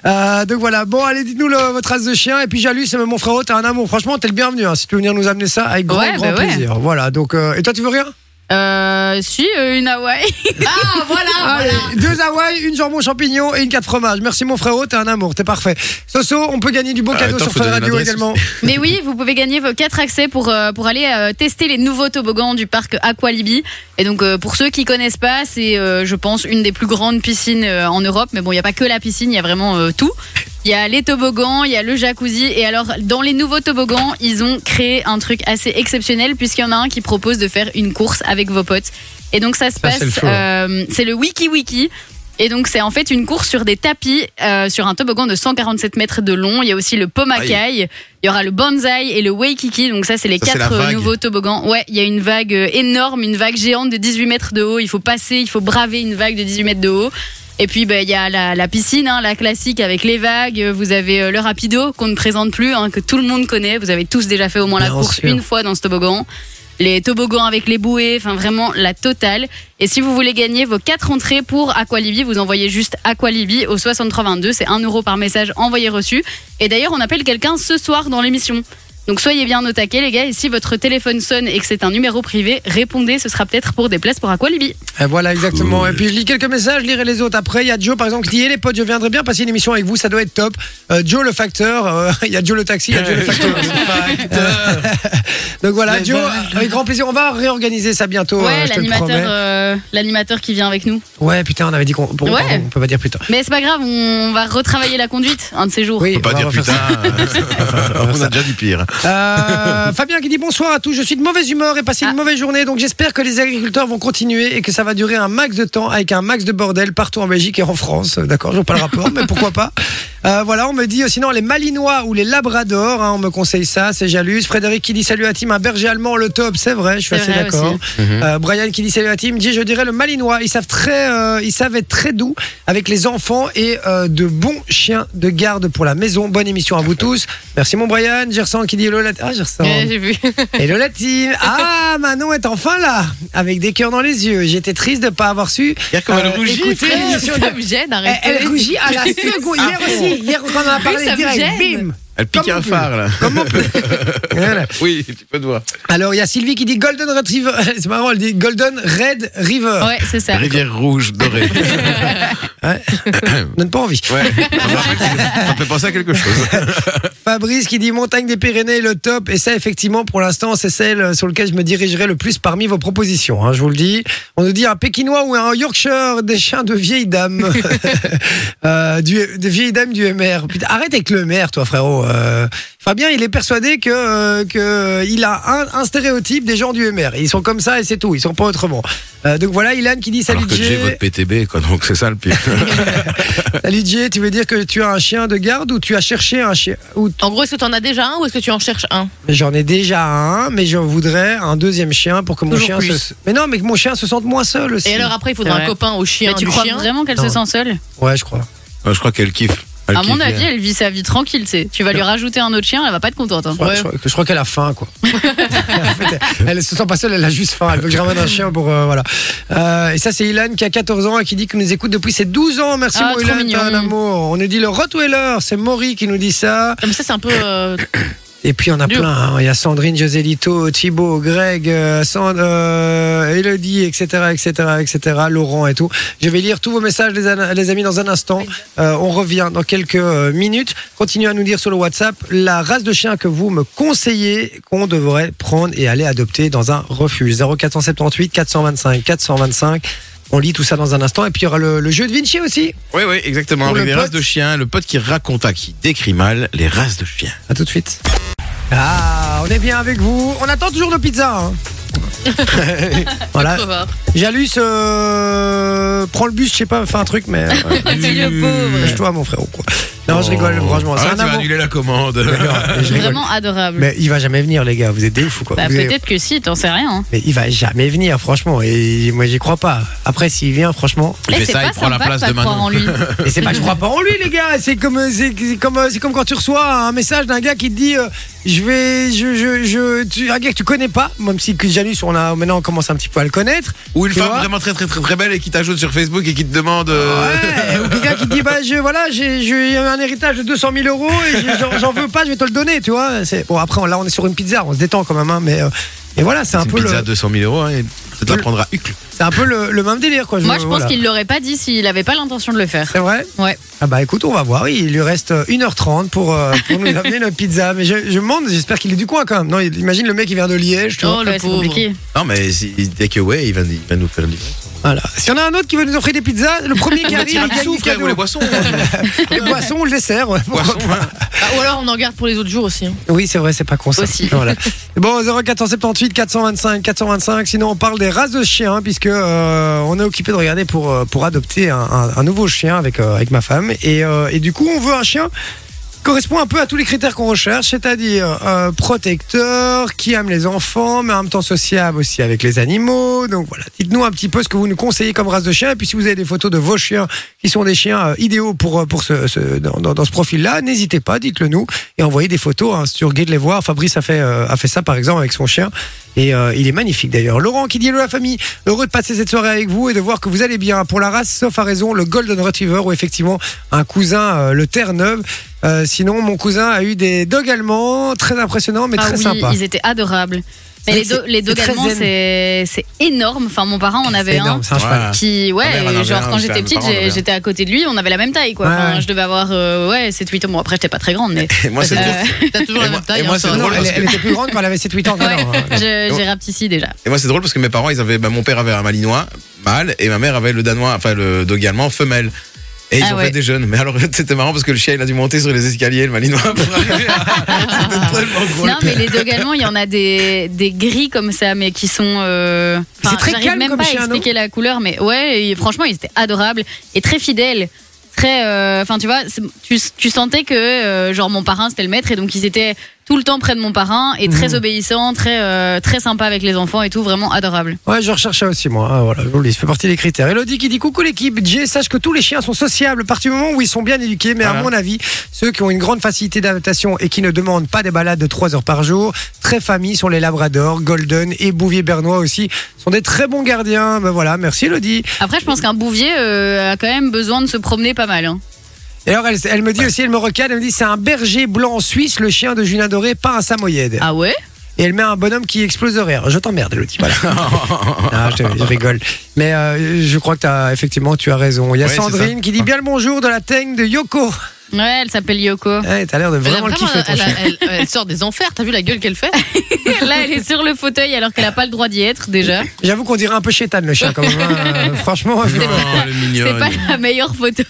Speaker 1: Euh, donc voilà, bon, allez, dites-nous le- votre race de chien. Et puis, Jalus, c'est mon frérot, t'es un amour. Franchement, t'es le bienvenu. hein. Si tu veux venir nous amener ça, avec grand,
Speaker 3: Ouais,
Speaker 1: grand
Speaker 3: bah ouais.
Speaker 1: plaisir. Voilà, donc. euh, et toi, tu veux rien
Speaker 3: Euh, si, euh, une Hawaii.
Speaker 4: Ah, voilà.
Speaker 1: Allez, deux Hawaii, une jambon champignon et une quatre fromages. Merci, mon frérot, t'es un amour, t'es parfait. Soso, on peut gagner du beau
Speaker 2: Ah,
Speaker 1: cadeau
Speaker 2: attends,
Speaker 1: sur
Speaker 2: faut
Speaker 1: Fun
Speaker 2: donner
Speaker 1: Radio
Speaker 2: l'adresse
Speaker 1: également.
Speaker 3: Mais oui, vous pouvez gagner vos quatre accès pour, euh, pour aller euh, tester les nouveaux toboggans du parc Aqualibi. Et donc, euh, pour ceux qui connaissent pas, c'est, euh, je pense, une des plus grandes piscines euh, en Europe. Mais bon, il n'y a pas que la piscine, il y a vraiment euh, tout. Il y a les toboggans, il y a le jacuzzi. Et alors, dans les nouveaux toboggans, ils ont créé un truc assez exceptionnel, puisqu'il y en a un qui propose de faire une course avec vos potes. Et donc, ça se
Speaker 1: Ça, c'est le
Speaker 3: passe.
Speaker 1: show.
Speaker 3: euh, C'est le Wiki Wiki. Et donc, c'est en fait une course sur des tapis, euh, sur un toboggan de 147 mètres de long. Il y a aussi le Pomakai, il y aura le Banzai et le Waikiki. Donc, ça, c'est les
Speaker 2: Ça, c'est la
Speaker 3: quatre euh,
Speaker 2: vague.
Speaker 3: nouveaux toboggans. Ouais, il y a une vague euh, énorme, une vague géante de 18 mètres de haut. Il faut passer, il faut braver une vague de 18 mètres de haut. Et puis, bah, il y a la, la piscine, hein, la classique avec les vagues. Vous avez euh, le rapido qu'on ne présente plus, hein, que tout le monde connaît. Vous avez tous déjà fait au moins la
Speaker 1: Bien
Speaker 3: course
Speaker 1: sûr.
Speaker 3: une fois dans ce toboggan. Les toboggans avec les bouées, enfin vraiment la totale. Et si vous voulez gagner vos quatre entrées pour Aqualibi, vous envoyez juste Aqualibi au 6322. C'est 1 euro par message envoyé reçu. Et d'ailleurs, on appelle quelqu'un ce soir dans l'émission. Donc soyez bien au taquet, les gars. Et si votre téléphone sonne et que c'est un numéro privé, répondez. Ce sera peut-être pour des places pour Aqualibi.
Speaker 1: Et Eh, voilà, exactement. Et puis je lis quelques messages, je lirai les autres après. Il y a Joe, par exemple, qui dit Eh, les potes, je viendrai bien passer une émission avec vous, ça doit être top. Euh, Joe le facteur, euh, il y a Joe le taxi, il y a Joe le facteur. Donc voilà,
Speaker 2: Mais
Speaker 1: Joe,
Speaker 2: voilà.
Speaker 1: avec grand plaisir. On va réorganiser ça bientôt, euh,
Speaker 3: ouais,
Speaker 1: je te le
Speaker 3: l'animateur,
Speaker 1: promets.
Speaker 3: euh, l'animateur qui vient avec nous.
Speaker 1: Ouais, putain, on avait dit qu'on bon,
Speaker 3: Ouais.
Speaker 1: pardon, on peut pas dire plus tard.
Speaker 3: Mais c'est pas grave, on va retravailler la conduite un de ces jours.
Speaker 1: Oui,
Speaker 2: On peut pas
Speaker 1: va
Speaker 2: dire
Speaker 1: refaire
Speaker 2: putain.
Speaker 1: ça.
Speaker 2: On a déjà dit pire.
Speaker 1: Euh, Fabien qui dit bonsoir à tous, je suis de mauvaise humeur et
Speaker 3: Ah.
Speaker 1: passé une mauvaise journée, donc j'espère que les agriculteurs vont continuer et que ça va durer un max de temps avec un max de bordel partout en Belgique et en France. Euh, D'accord, je vois pas le rapport, mais pourquoi pas. Euh, voilà, on me dit euh, sinon les Malinois ou les Labradors, hein, on me conseille ça, c'est jalouse. Frédéric qui dit salut à Tim, un berger allemand, le top, c'est vrai, je suis
Speaker 3: C'est
Speaker 1: assez
Speaker 3: vrai
Speaker 1: d'accord.
Speaker 2: Mhm.
Speaker 1: Euh, Brian qui dit salut à Tim, dit je dirais le Malinois, ils savent très, euh, ils savent être très doux avec les enfants et euh, de bons chiens de garde pour la maison. Bonne émission à vous tous. Merci mon Brian, Gersan qui dit hello la ah, Gersan.
Speaker 3: Euh,
Speaker 4: Ouais, J'ai vu.
Speaker 1: Hello la team. Ah Manon est enfin là avec des cœurs dans les yeux. J'étais triste de pas avoir su.
Speaker 2: Regarde comme elle
Speaker 1: euh,
Speaker 2: rougit.
Speaker 1: écouter l'émission de-
Speaker 4: Ça me gêne,
Speaker 1: Elle,
Speaker 4: arrêtez.
Speaker 1: elle rougit à la seconde. Hier aussi, hier quand on en a parlé
Speaker 4: ça me
Speaker 1: direct,
Speaker 4: gêne.
Speaker 1: bim.
Speaker 2: Elle pique
Speaker 1: Comme on
Speaker 2: un
Speaker 1: peut.
Speaker 2: phare là.
Speaker 1: Comme on peut. Voilà.
Speaker 2: Oui, tu peux te voir.
Speaker 1: Alors il y a Sylvie qui dit Golden Retriever. C'est marrant, elle dit Golden Red River.
Speaker 3: Ouais, c'est ça.
Speaker 2: Rivière rouge dorée.
Speaker 1: On Donne pas envie.
Speaker 2: Ouais. Ça me fait penser à quelque chose.
Speaker 1: Fabrice qui dit montagne des Pyrénées, le top. Et ça, effectivement, pour l'instant, c'est celle sur laquelle je me dirigerai le plus parmi vos propositions. hein, je vous le dis. On nous dit un Pékinois ou un Yorkshire, des chiens de vieilles dames. euh, du, des vieilles dames du MR. Putain, arrête avec le MR, toi, frérot. Euh, Fabien, il est persuadé que, euh, que il a un, un stéréotype des gens du MR. Ils sont comme ça et c'est tout. Ils sont pas autrement. Euh, donc voilà, Ilan qui dit salut
Speaker 5: Alors que j'ai votre PTB, quoi, donc c'est ça le pire.
Speaker 1: Salut Jay, tu veux dire que tu as un chien de garde ou tu as cherché un chien ou
Speaker 4: En gros, est-ce que t'en as déjà un ou est-ce que tu en cherches un
Speaker 1: J'en ai déjà un, mais je voudrais un deuxième chien pour que mon
Speaker 4: Toujours
Speaker 1: chien
Speaker 4: plus.
Speaker 1: se. Mais non, mais que mon chien se sente moins seul aussi.
Speaker 4: Et alors après, il faudra
Speaker 3: C'est
Speaker 4: un
Speaker 3: vrai.
Speaker 4: copain au chien
Speaker 3: Mais tu
Speaker 4: du
Speaker 3: crois
Speaker 4: chien.
Speaker 3: vraiment qu'elle se
Speaker 1: Non.
Speaker 3: sent seule
Speaker 1: Ouais, je crois.
Speaker 5: Ah, je crois qu'elle kiffe. Elle
Speaker 3: À mon
Speaker 5: kiffe
Speaker 3: avis,
Speaker 5: bien.
Speaker 3: elle vit sa vie tranquille, tu sais. Tu vas lui rajouter un autre chien, elle va pas être contente. hein.
Speaker 1: Ouais, Je, crois- je crois qu'elle a faim, quoi. En fait, elle se sent pas seule, elle a juste faim. Elle veut que je ramène un chien pour. euh, voilà. Euh, et ça, c'est Ilan qui a 14 ans et qui dit qu'il nous écoute depuis ses 12 ans. Merci,
Speaker 3: Ah,
Speaker 1: mon
Speaker 3: trop
Speaker 1: Ilan, t'es
Speaker 3: mignon.
Speaker 1: un amour. On est dit le Rottweiler, c'est Maury qui nous dit ça.
Speaker 4: Comme ça, c'est un peu. euh,
Speaker 1: Et puis, on a
Speaker 4: Dur.
Speaker 1: plein. hein. Il y a Sandrine, Joselito, Thibaut, Greg, euh, Sand- euh, Elodie, etc., etc., etc., Laurent et tout. Je vais lire tous vos messages, les, an- les amis, dans un instant. Euh, on revient dans quelques euh, minutes. Continuez à nous dire sur le WhatsApp la race de chien que vous me conseillez qu'on devrait prendre et aller adopter dans un refuge. 0478 425 425. On lit tout ça dans un instant. Et puis, il y aura le, le jeu de Vinci aussi.
Speaker 2: Oui, oui, exactement.
Speaker 1: Pour
Speaker 2: Avec
Speaker 1: le
Speaker 2: des
Speaker 1: pote.
Speaker 2: races de chiens, le pote qui raconte à qui décrit mal les races de chiens.
Speaker 1: À tout de suite. Ah, on est bien avec vous. On attend toujours nos pizzas. hein. voilà. Jalus euh, prends le bus, je sais pas, fais un truc, mais euh,
Speaker 3: le pauvre.
Speaker 1: lâche-toi mon frérot. Quoi. Non, je rigole, franchement, c'est
Speaker 5: Ah,
Speaker 1: un
Speaker 5: tu vas
Speaker 1: amour.
Speaker 5: annuler la commande.
Speaker 1: D'accord, je rigole.
Speaker 3: Vraiment adorable.
Speaker 1: Mais il va jamais venir, les gars, vous êtes des ouf ou quoi
Speaker 3: Bah,
Speaker 1: Vous êtes-
Speaker 3: peut-être que si, t'en sais rien. hein.
Speaker 1: Mais il va jamais venir, franchement, et moi j'y crois pas. Après, s'il vient, franchement.
Speaker 2: Il
Speaker 3: Et
Speaker 2: fait
Speaker 3: Eh, c'est
Speaker 2: ça,
Speaker 3: pas
Speaker 2: il prend la
Speaker 3: sympa de
Speaker 2: place
Speaker 3: pas
Speaker 2: de
Speaker 3: croire
Speaker 2: Manon.
Speaker 3: en lui.
Speaker 1: Et c'est pas que je crois pas en lui, les gars, c'est comme, euh, c'est c'est comme, euh, c'est comme quand tu reçois un message d'un gars qui te dit euh, Je vais. Je, je, je, tu- un gars que tu connais pas, même si que Jalus, on a, maintenant on commence un petit peu à le connaître.
Speaker 2: Ou une
Speaker 1: Tu
Speaker 2: femme
Speaker 1: vois
Speaker 2: vraiment très très très très belle et qui t'ajoute sur Facebook et qui te demande. euh,
Speaker 1: Ouais, ou quelqu'un qui dit bah je voilà j'ai j'ai eu un héritage de 200 000 euros et j'ai- j'en- j'en veux pas je vais te le donner tu vois c'est bon après on- là on est sur une pizza on se détend quand même hein, mais euh, et voilà c'est un
Speaker 2: C'est une
Speaker 1: peu le
Speaker 2: pizza à 200 000 euros, hein, et peut-être la
Speaker 1: Le-
Speaker 2: prendre à Hucle.
Speaker 1: c'est un peu le, le même délire quoi
Speaker 3: Moi, je pense
Speaker 1: voilà.
Speaker 3: qu'il l'aurait pas dit s'il avait pas l'intention de le faire.
Speaker 1: c'est vrai
Speaker 3: Ouais.
Speaker 1: ah bah écoute on va voir Oui, il lui reste euh, 1h30 pour, euh, pour nous amener notre pizza mais je, je me demande j'espère qu'il est du coin quand même non il- imagine le mec il vient de Liège tu vois.
Speaker 4: Oh, le
Speaker 3: Ouais, c'est
Speaker 4: pauvre.
Speaker 3: compliqué.
Speaker 2: Non, mais si- dès que ouais, il va, il va nous faire le livre.
Speaker 1: Voilà. S'il y en a un autre qui veut nous offrir des pizzas, le premier qui arrive, il
Speaker 2: Tiramisu,
Speaker 1: gagne du
Speaker 2: frère, ou
Speaker 1: cadeau.
Speaker 2: les boissons.
Speaker 1: Les boissons ou le dessert. ouais.
Speaker 2: Boissons, hein.
Speaker 4: Ah, ou alors on en garde pour les autres jours aussi. hein.
Speaker 1: Oui, c'est vrai, c'est pas con ça.
Speaker 3: Aussi.
Speaker 1: Voilà. Bon, 0478 425 425. Sinon, on parle des races de chiens, hein, puisque euh, on est occupé de regarder pour, euh, pour adopter un, un- un nouveau chien avec, euh, avec ma femme. Et, euh, et du coup, on veut un chien qui correspond un peu à tous les critères qu'on recherche, c'est-à-dire euh, protecteur, qui aime les enfants, mais en même temps sociable aussi avec les animaux. Donc voilà, dites-nous un petit peu ce que vous nous conseillez comme race de chien. Et puis si vous avez des photos de vos chiens qui sont des chiens euh, idéaux pour, euh, pour ce, ce- dans, dans- dans ce profil-là, n'hésitez pas, dites-le nous et envoyez des photos hein, sur Guy de les voir. Fabrice a fait, euh, a fait ça par exemple avec son chien et euh, il est magnifique d'ailleurs. Laurent qui dit Hello la famille, heureux de passer cette soirée avec vous et de voir que vous allez bien. Pour la race, sauf à raison, le Golden Retriever ou effectivement un cousin, euh, le Terre-Neuve. Euh, sinon, mon cousin a eu des dogs allemands, très impressionnants mais
Speaker 3: Ah
Speaker 1: très
Speaker 3: oui,
Speaker 1: sympa.
Speaker 3: ils étaient adorables. Mais
Speaker 1: C'est-
Speaker 3: les, do- les
Speaker 1: c'est
Speaker 3: dogs
Speaker 1: très
Speaker 3: allemands,
Speaker 1: zen.
Speaker 3: c'est c'est énorme. Enfin, mon parent en
Speaker 1: C'est
Speaker 3: avait un.
Speaker 1: énorme, c'est un cheval.
Speaker 5: Ouais.
Speaker 3: Qui,
Speaker 2: Ma mère en
Speaker 3: ouais,
Speaker 2: avait
Speaker 3: genre
Speaker 2: un,
Speaker 3: quand
Speaker 2: c'était
Speaker 3: j'étais
Speaker 2: un de mes
Speaker 3: petite,
Speaker 2: parents,
Speaker 3: j'ai-
Speaker 2: j'avais un.
Speaker 3: j'étais à côté de lui, on avait la même taille quoi.
Speaker 1: Ouais, Ah,
Speaker 3: Enfin,
Speaker 1: ouais.
Speaker 3: je devais avoir euh, ouais, 7 8 ans. Bon, après j'étais pas très grande mais
Speaker 2: Moi, c'est
Speaker 3: Euh,
Speaker 2: drôle.
Speaker 4: T'as toujours
Speaker 2: Et moi-
Speaker 4: la même taille.
Speaker 2: et moi,
Speaker 4: hein,
Speaker 2: c'est
Speaker 4: ça va.
Speaker 1: Non,
Speaker 2: drôle
Speaker 1: elle,
Speaker 2: parce que-
Speaker 1: elle était plus grande quand elle avait 7-8 ans. Non,
Speaker 3: Ouais.
Speaker 1: non, euh,
Speaker 3: je- j'ai rapetissi déjà.
Speaker 2: Et moi, c'est drôle parce que mes parents, ils avaient, bah, mon père avait un malinois mâle et ma mère avait le danois, enfin le dog allemand femelle. Et ils
Speaker 3: Ah
Speaker 2: ont
Speaker 3: ouais.
Speaker 2: fait des jeunes. Mais alors, c'était marrant parce que le chien, il a dû monter sur les escaliers, le malinois, pour arriver à. C'était tellement drôle.
Speaker 3: Non, mais les dogs allemands, il y en a des, des gris comme ça, mais qui sont. euh,
Speaker 1: C'est
Speaker 3: enfin,
Speaker 1: très
Speaker 3: j'arrive
Speaker 1: calme
Speaker 3: même
Speaker 1: comme
Speaker 3: pas
Speaker 1: chien,
Speaker 3: à expliquer la couleur, mais ouais, et franchement, ils étaient adorables et très fidèles. Très. euh, Enfin, tu vois, c'est- tu, tu sentais que, euh, genre, mon parrain, c'était le maître, et donc ils étaient tout le temps près de mon parrain, et très
Speaker 1: Mhm.
Speaker 3: obéissants, très, euh, très sympas avec les enfants et tout, vraiment adorables.
Speaker 1: Ouais, je recherchais aussi, moi. Ah, voilà, je vous le dis, ça fait partie des critères. Elodie qui dit Coucou l'équipe, Jay, sache que tous les chiens sont sociables à partir du moment où ils sont bien éduqués, mais à
Speaker 2: Voilà.
Speaker 1: mon avis, ceux qui ont une grande facilité d'adaptation et qui ne demandent pas des balades de 3 heures par jour, très famille sont les Labrador, Golden et Bouvier Bernois aussi, sont des très bons gardiens. Ben voilà, merci Elodie.
Speaker 3: Après, je pense qu'un bouvier euh, a quand même besoin de se promener pas mal. hein.
Speaker 1: Et alors, elle, elle me dit aussi, elle me recale, elle me dit C'est un berger blanc suisse, le chien de Julien Doré, pas un Samoyed.
Speaker 3: Ah ouais
Speaker 1: Et elle met un bonhomme qui explose de rire. Je t'emmerde, Elodie. Voilà. Ah, je, je rigole. Mais euh, je crois que as, effectivement, tu as raison. Il y a
Speaker 2: Ouais, c'est
Speaker 1: Sandrine qui dit bien le bonjour de la teigne de Yoko.
Speaker 3: Ouais, elle s'appelle Yoko.
Speaker 1: Ouais, T'as l'air de
Speaker 4: Elle a
Speaker 1: vraiment le kiffer, ton
Speaker 4: elle, a-
Speaker 1: chien.
Speaker 4: elle- elle sort des enfers, t'as vu la gueule qu'elle fait
Speaker 3: Là, elle est sur le fauteuil alors qu'elle a pas le droit d'y être déjà.
Speaker 1: J'avoue qu'on dirait un peu chétane, le chien, quand même. hein. franchement,
Speaker 5: Oh, elle est
Speaker 3: C'est
Speaker 5: mignonne.
Speaker 3: pas la meilleure photo.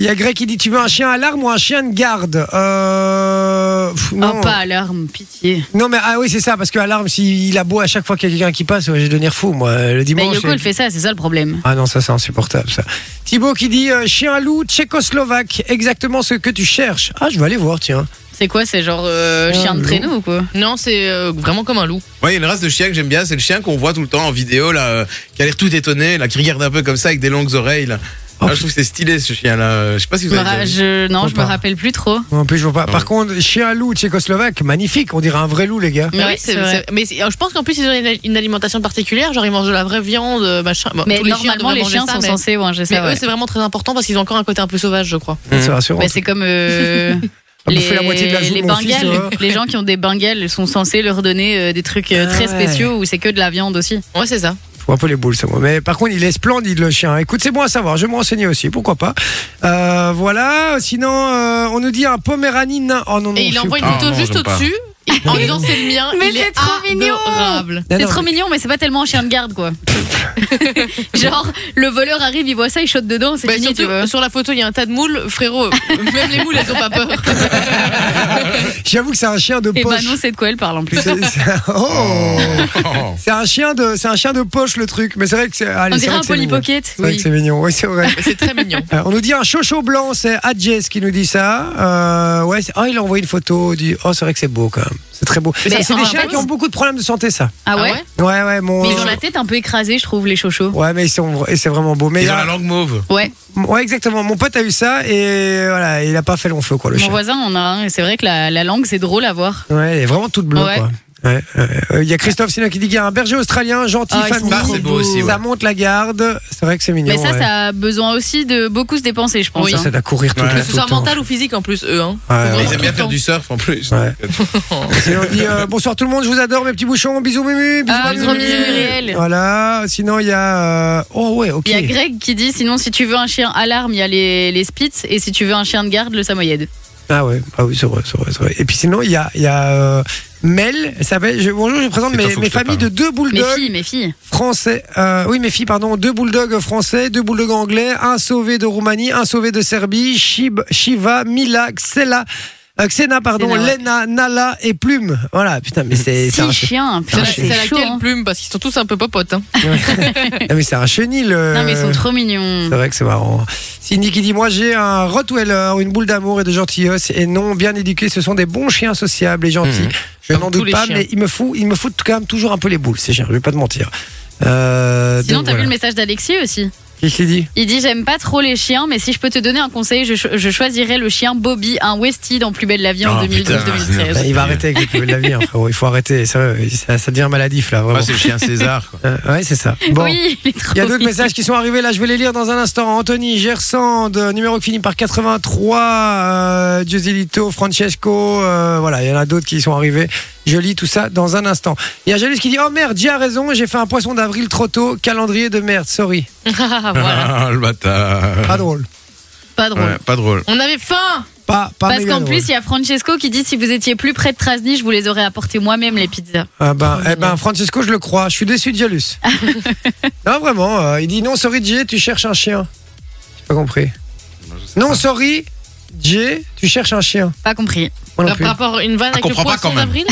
Speaker 1: il y a Greg qui dit tu veux un chien à l'arme ou un chien de garde euh... pff, non.
Speaker 3: Oh, pas alarme, pitié.
Speaker 1: non, mais ah oui, c'est ça, parce que à l'arme, s'il aboie à chaque fois qu'il y a quelqu'un qui passe, ouais, je vais devenir fou, moi. Le
Speaker 3: Mais
Speaker 1: dimanche.
Speaker 3: Yoko,
Speaker 1: c'est-
Speaker 3: elle fait ça, c'est ça le problème.
Speaker 1: Ah non, ça c'est insupportable ça. Thibaut qui dit euh, chien loup tchécoslovaque, exactement ce que tu cherches. Ah, je vais aller voir, tiens.
Speaker 3: C'est quoi C'est genre euh,
Speaker 1: Ah,
Speaker 3: chien de
Speaker 1: non.
Speaker 3: traîneau ou quoi
Speaker 4: Non, c'est euh, vraiment comme un loup.
Speaker 2: Moi, il y a une race de chien que j'aime bien, c'est le chien qu'on voit tout le temps en vidéo, là, euh, qui a l'air tout étonné, là, qui regarde un peu comme ça avec des longues oreilles, là.
Speaker 1: Oh,
Speaker 2: Ah, je trouve que c'est stylé, ce chien-là. Euh, Je sais pas si
Speaker 3: Je
Speaker 2: vous
Speaker 3: me
Speaker 2: avez
Speaker 3: ra-
Speaker 2: déjà vu.
Speaker 3: je- euh, Non, je me
Speaker 1: Pas.
Speaker 3: rappelle plus trop.
Speaker 1: En plus, je vois pas. Par
Speaker 2: Ouais.
Speaker 1: contre, chien loup tchécoslovaque, magnifique. On dirait un vrai loup, les gars.
Speaker 3: Ouais,
Speaker 4: Ah oui,
Speaker 3: c'est
Speaker 4: c'est-
Speaker 3: vrai.
Speaker 4: c'est- Mais c'est- je pense qu'en plus, ils ont une, une alimentation particulière. Genre, ils mangent de la vraie viande, euh, machin. Bon,
Speaker 3: Mais
Speaker 4: tous les chiens
Speaker 3: normalement,
Speaker 4: devraient
Speaker 3: les
Speaker 4: manger
Speaker 3: chiens
Speaker 4: ça,
Speaker 3: sont
Speaker 4: mais-
Speaker 3: censés manger
Speaker 4: Mais
Speaker 3: ça. ouais.
Speaker 4: eux, c'est vraiment très important parce qu'ils ont encore un côté un peu sauvage, je crois.
Speaker 1: C'est rassurant.
Speaker 3: Bah, c'est comme euh,
Speaker 1: On
Speaker 3: les,
Speaker 1: fait la moitié de la joue de
Speaker 3: les
Speaker 1: mon fils,
Speaker 3: Bengales.
Speaker 1: tu vois.
Speaker 3: les gens qui ont des bengales sont censés leur donner euh, des trucs euh,
Speaker 1: Ah ouais.
Speaker 3: très spéciaux où c'est que de la viande aussi.
Speaker 4: Ouais, c'est ça.
Speaker 1: Faut un peu les boules, ça, moi. Mais par contre, il est splendide, le chien. Écoute, c'est bon à savoir. Je vais me renseigner aussi. Pourquoi pas Euh, Voilà. Sinon, euh, on nous dit un Poméranie nain. Oh non, non.
Speaker 4: Et il
Speaker 1: s'il
Speaker 4: envoie
Speaker 1: vous
Speaker 4: une
Speaker 2: Ah,
Speaker 4: photo
Speaker 2: non,
Speaker 4: juste
Speaker 2: j'aime pas.
Speaker 4: au-dessus et- en disant c'est le mien.
Speaker 3: Mais
Speaker 4: il est
Speaker 3: c'est trop mignon.
Speaker 4: adorable.
Speaker 1: Non,
Speaker 3: C'est
Speaker 1: non,
Speaker 3: trop
Speaker 1: mais-
Speaker 3: mignon, mais c'est pas tellement un chien de garde quoi. genre, le voleur arrive, il voit ça, il shot dedans, c'est
Speaker 4: Bah,
Speaker 3: fini, tu
Speaker 4: surtout,
Speaker 3: vois.
Speaker 4: sur la photo, il y a un tas de moules, frérot. Même les moules, elles ont pas peur.
Speaker 1: plaît. J'avoue que c'est un chien de
Speaker 3: Et bah
Speaker 1: poche.
Speaker 3: non, c'est de quoi elle parle en plus.
Speaker 1: C'est- c'est- oh. C'est un chien de, c'est un chien de poche le truc. Mais c'est vrai que c'est. allez,
Speaker 3: On
Speaker 1: c'est
Speaker 3: dirait
Speaker 1: vrai
Speaker 3: un
Speaker 1: que c'est
Speaker 3: Polly
Speaker 1: mignon.
Speaker 3: Pocket.
Speaker 1: C'est vrai que c'est mignon. Oui, c'est vrai.
Speaker 4: C'est très mignon.
Speaker 1: Euh, on nous dit un chocho blanc, c'est Adjes qui nous dit ça. Euh, ouais, c'est- oh, il a envoyé une photo. Du... Oh, c'est vrai que c'est beau quand même. C'est très beau.
Speaker 3: Mais
Speaker 1: Ça, C'est
Speaker 3: en
Speaker 1: des chiens
Speaker 3: fait-
Speaker 1: qui ont beaucoup de problèmes de santé, ça.
Speaker 3: Ah ouais,
Speaker 1: Ouais, ouais, mon.
Speaker 3: Mais ils ont la tête un peu écrasée, je trouve, les chochos.
Speaker 1: Ouais, mais ils sont. Et c'est vraiment beau. Mais
Speaker 2: Ils ont
Speaker 1: euh,
Speaker 2: la langue mauve.
Speaker 3: Ouais,
Speaker 1: ouais, exactement. Mon pote a eu ça et euh, voilà, il a pas fait long feu, quoi, le
Speaker 3: mon
Speaker 1: chien.
Speaker 3: voisin en a un, et c'est vrai que la, la langue, c'est drôle à voir.
Speaker 1: Ouais, il est vraiment toute bleue,
Speaker 3: Ouais.
Speaker 1: quoi. Ouais, euh, euh, il y a Christophe Sinon qui dit qu'il y a un berger australien gentil,
Speaker 3: Ah, ils sont
Speaker 1: famille.
Speaker 2: trop beaux aussi, ouais.
Speaker 1: Ça monte la garde. C'est vrai que c'est mignon.
Speaker 3: Mais ça,
Speaker 1: ouais.
Speaker 3: ça a besoin aussi de beaucoup se dépenser, je pense.
Speaker 4: Oui.
Speaker 1: Ça,
Speaker 3: hein.
Speaker 1: c'est à courir tout,
Speaker 2: Ouais.
Speaker 1: le-
Speaker 4: Que
Speaker 1: tout
Speaker 4: ce
Speaker 1: le
Speaker 4: soit
Speaker 1: temps.
Speaker 4: mental ou physique en plus, eux. Hein.
Speaker 1: Ouais, ouais.
Speaker 2: Ils aiment bien faire du surf, en plus.
Speaker 1: Ouais. Sinon, on dit euh, bonsoir tout le monde, je vous adore, mes petits bouchons. Bisous, Mumu. Bisous,
Speaker 3: Ah,
Speaker 1: Mumu.
Speaker 3: gros bisous, Muriel.
Speaker 1: Voilà. Sinon, il y a. euh, Oh, ouais, ok.
Speaker 3: Il y a Greg qui dit sinon, si tu veux un chien alarme, il y a les, les Spitz, et si tu veux un chien de garde, le Samoyed.
Speaker 1: Ah ouais, ah oui, c'est vrai, c'est vrai, c'est vrai. Et puis sinon, il y a, il y a euh, Mel, elle s'appelle, je, bonjour, je vous présente
Speaker 2: C'est toi,
Speaker 1: mes,
Speaker 2: faut que
Speaker 1: mes
Speaker 2: je te
Speaker 1: familles de
Speaker 2: parle.
Speaker 1: deux
Speaker 3: Mes
Speaker 1: bulldogs
Speaker 3: filles, mes filles.
Speaker 1: français, euh, oui, mes filles, pardon, deux bulldogs français, deux bulldogs anglais, un sauvé de Roumanie, un sauvé de Serbie, Shib- Shiva, Mila, Xela, euh, Xena, pardon,
Speaker 3: Xena, ouais.
Speaker 1: Lena, Nala et Plume. Voilà, putain, mais c'est c'est
Speaker 3: Six
Speaker 1: un, che-
Speaker 3: chiens,
Speaker 4: C'est
Speaker 3: putain,
Speaker 4: la-
Speaker 1: c'est
Speaker 4: c'est
Speaker 3: c'est chaud.
Speaker 4: laquelle
Speaker 3: hein.
Speaker 4: plume Parce qu'ils sont tous un peu popotes. hein.
Speaker 1: Ah, mais c'est un chenil. euh,
Speaker 3: Non, mais ils sont trop mignons.
Speaker 1: C'est vrai que c'est marrant. Cindy qui dit Moi, j'ai un Rottweiler, une boule d'amour et de gentillesse. Et non, bien éduqués, ce sont des bons chiens sociables et gentils. Je
Speaker 4: Comme
Speaker 1: n'en
Speaker 4: tous
Speaker 1: doute
Speaker 4: les
Speaker 1: pas,
Speaker 4: chiens.
Speaker 1: mais ils me, foutent, ils me foutent quand même toujours un peu les boules, ces chiens, je vais pas te mentir. Euh,
Speaker 3: Sinon,
Speaker 1: donc
Speaker 3: t'as vu
Speaker 1: voilà.
Speaker 3: le message d'Alexis aussi
Speaker 1: Qu'est-ce qu'il dit
Speaker 3: Il dit J'aime pas trop les chiens, mais si je peux te donner un conseil, je, cho- je choisirais le chien Bobby, un Westie dans Plus Belle la Vie en
Speaker 5: Oh, putain,
Speaker 3: 2012-2013.
Speaker 1: Bah, Il va arrêter avec les plus belles de la vie, hein, frérot. Il faut arrêter. sérieux, ça, ça devient maladif, là, vraiment.
Speaker 2: c'est le chien César. quoi.
Speaker 1: Euh, ouais, c'est ça. Bon.
Speaker 3: Oui, il est trop
Speaker 1: Il y a d'autres
Speaker 3: mignon.
Speaker 1: messages qui sont arrivés là, je vais les lire dans un instant. Anthony Gersand, euh, numéro qui finit par 83, euh, Giosilito, Francesco, euh, voilà, il y en a d'autres qui sont arrivés. Je lis tout ça dans un instant. Il y a Jalus qui dit Oh merde, j'ai raison, j'ai fait un poisson d'avril trop tôt, calendrier de merde, sorry.
Speaker 4: voilà.
Speaker 5: Ah, le bâtard.
Speaker 1: Pas drôle.
Speaker 3: Pas drôle.
Speaker 2: Ouais, pas drôle.
Speaker 4: On avait faim
Speaker 1: Pas, pas
Speaker 3: Parce
Speaker 1: méga
Speaker 3: qu'en
Speaker 1: drôle.
Speaker 3: plus, il y a Francesco qui dit si vous étiez plus près de Trasny, je vous les aurais apporté moi-même, les pizzas.
Speaker 1: Ah ben, eh ben, Francesco, je le crois, je suis déçu de Jalus. non, vraiment, euh, il dit Non, sorry, Jay, tu cherches un chien. J'ai pas compris. Non, sorry, Jay, tu cherches un chien.
Speaker 3: Pas compris.
Speaker 1: Moi non
Speaker 4: Par
Speaker 1: plus. Ah,
Speaker 4: rapport à une vanne avec le
Speaker 2: comprend pas
Speaker 4: poisson
Speaker 2: quand même.
Speaker 4: d'avril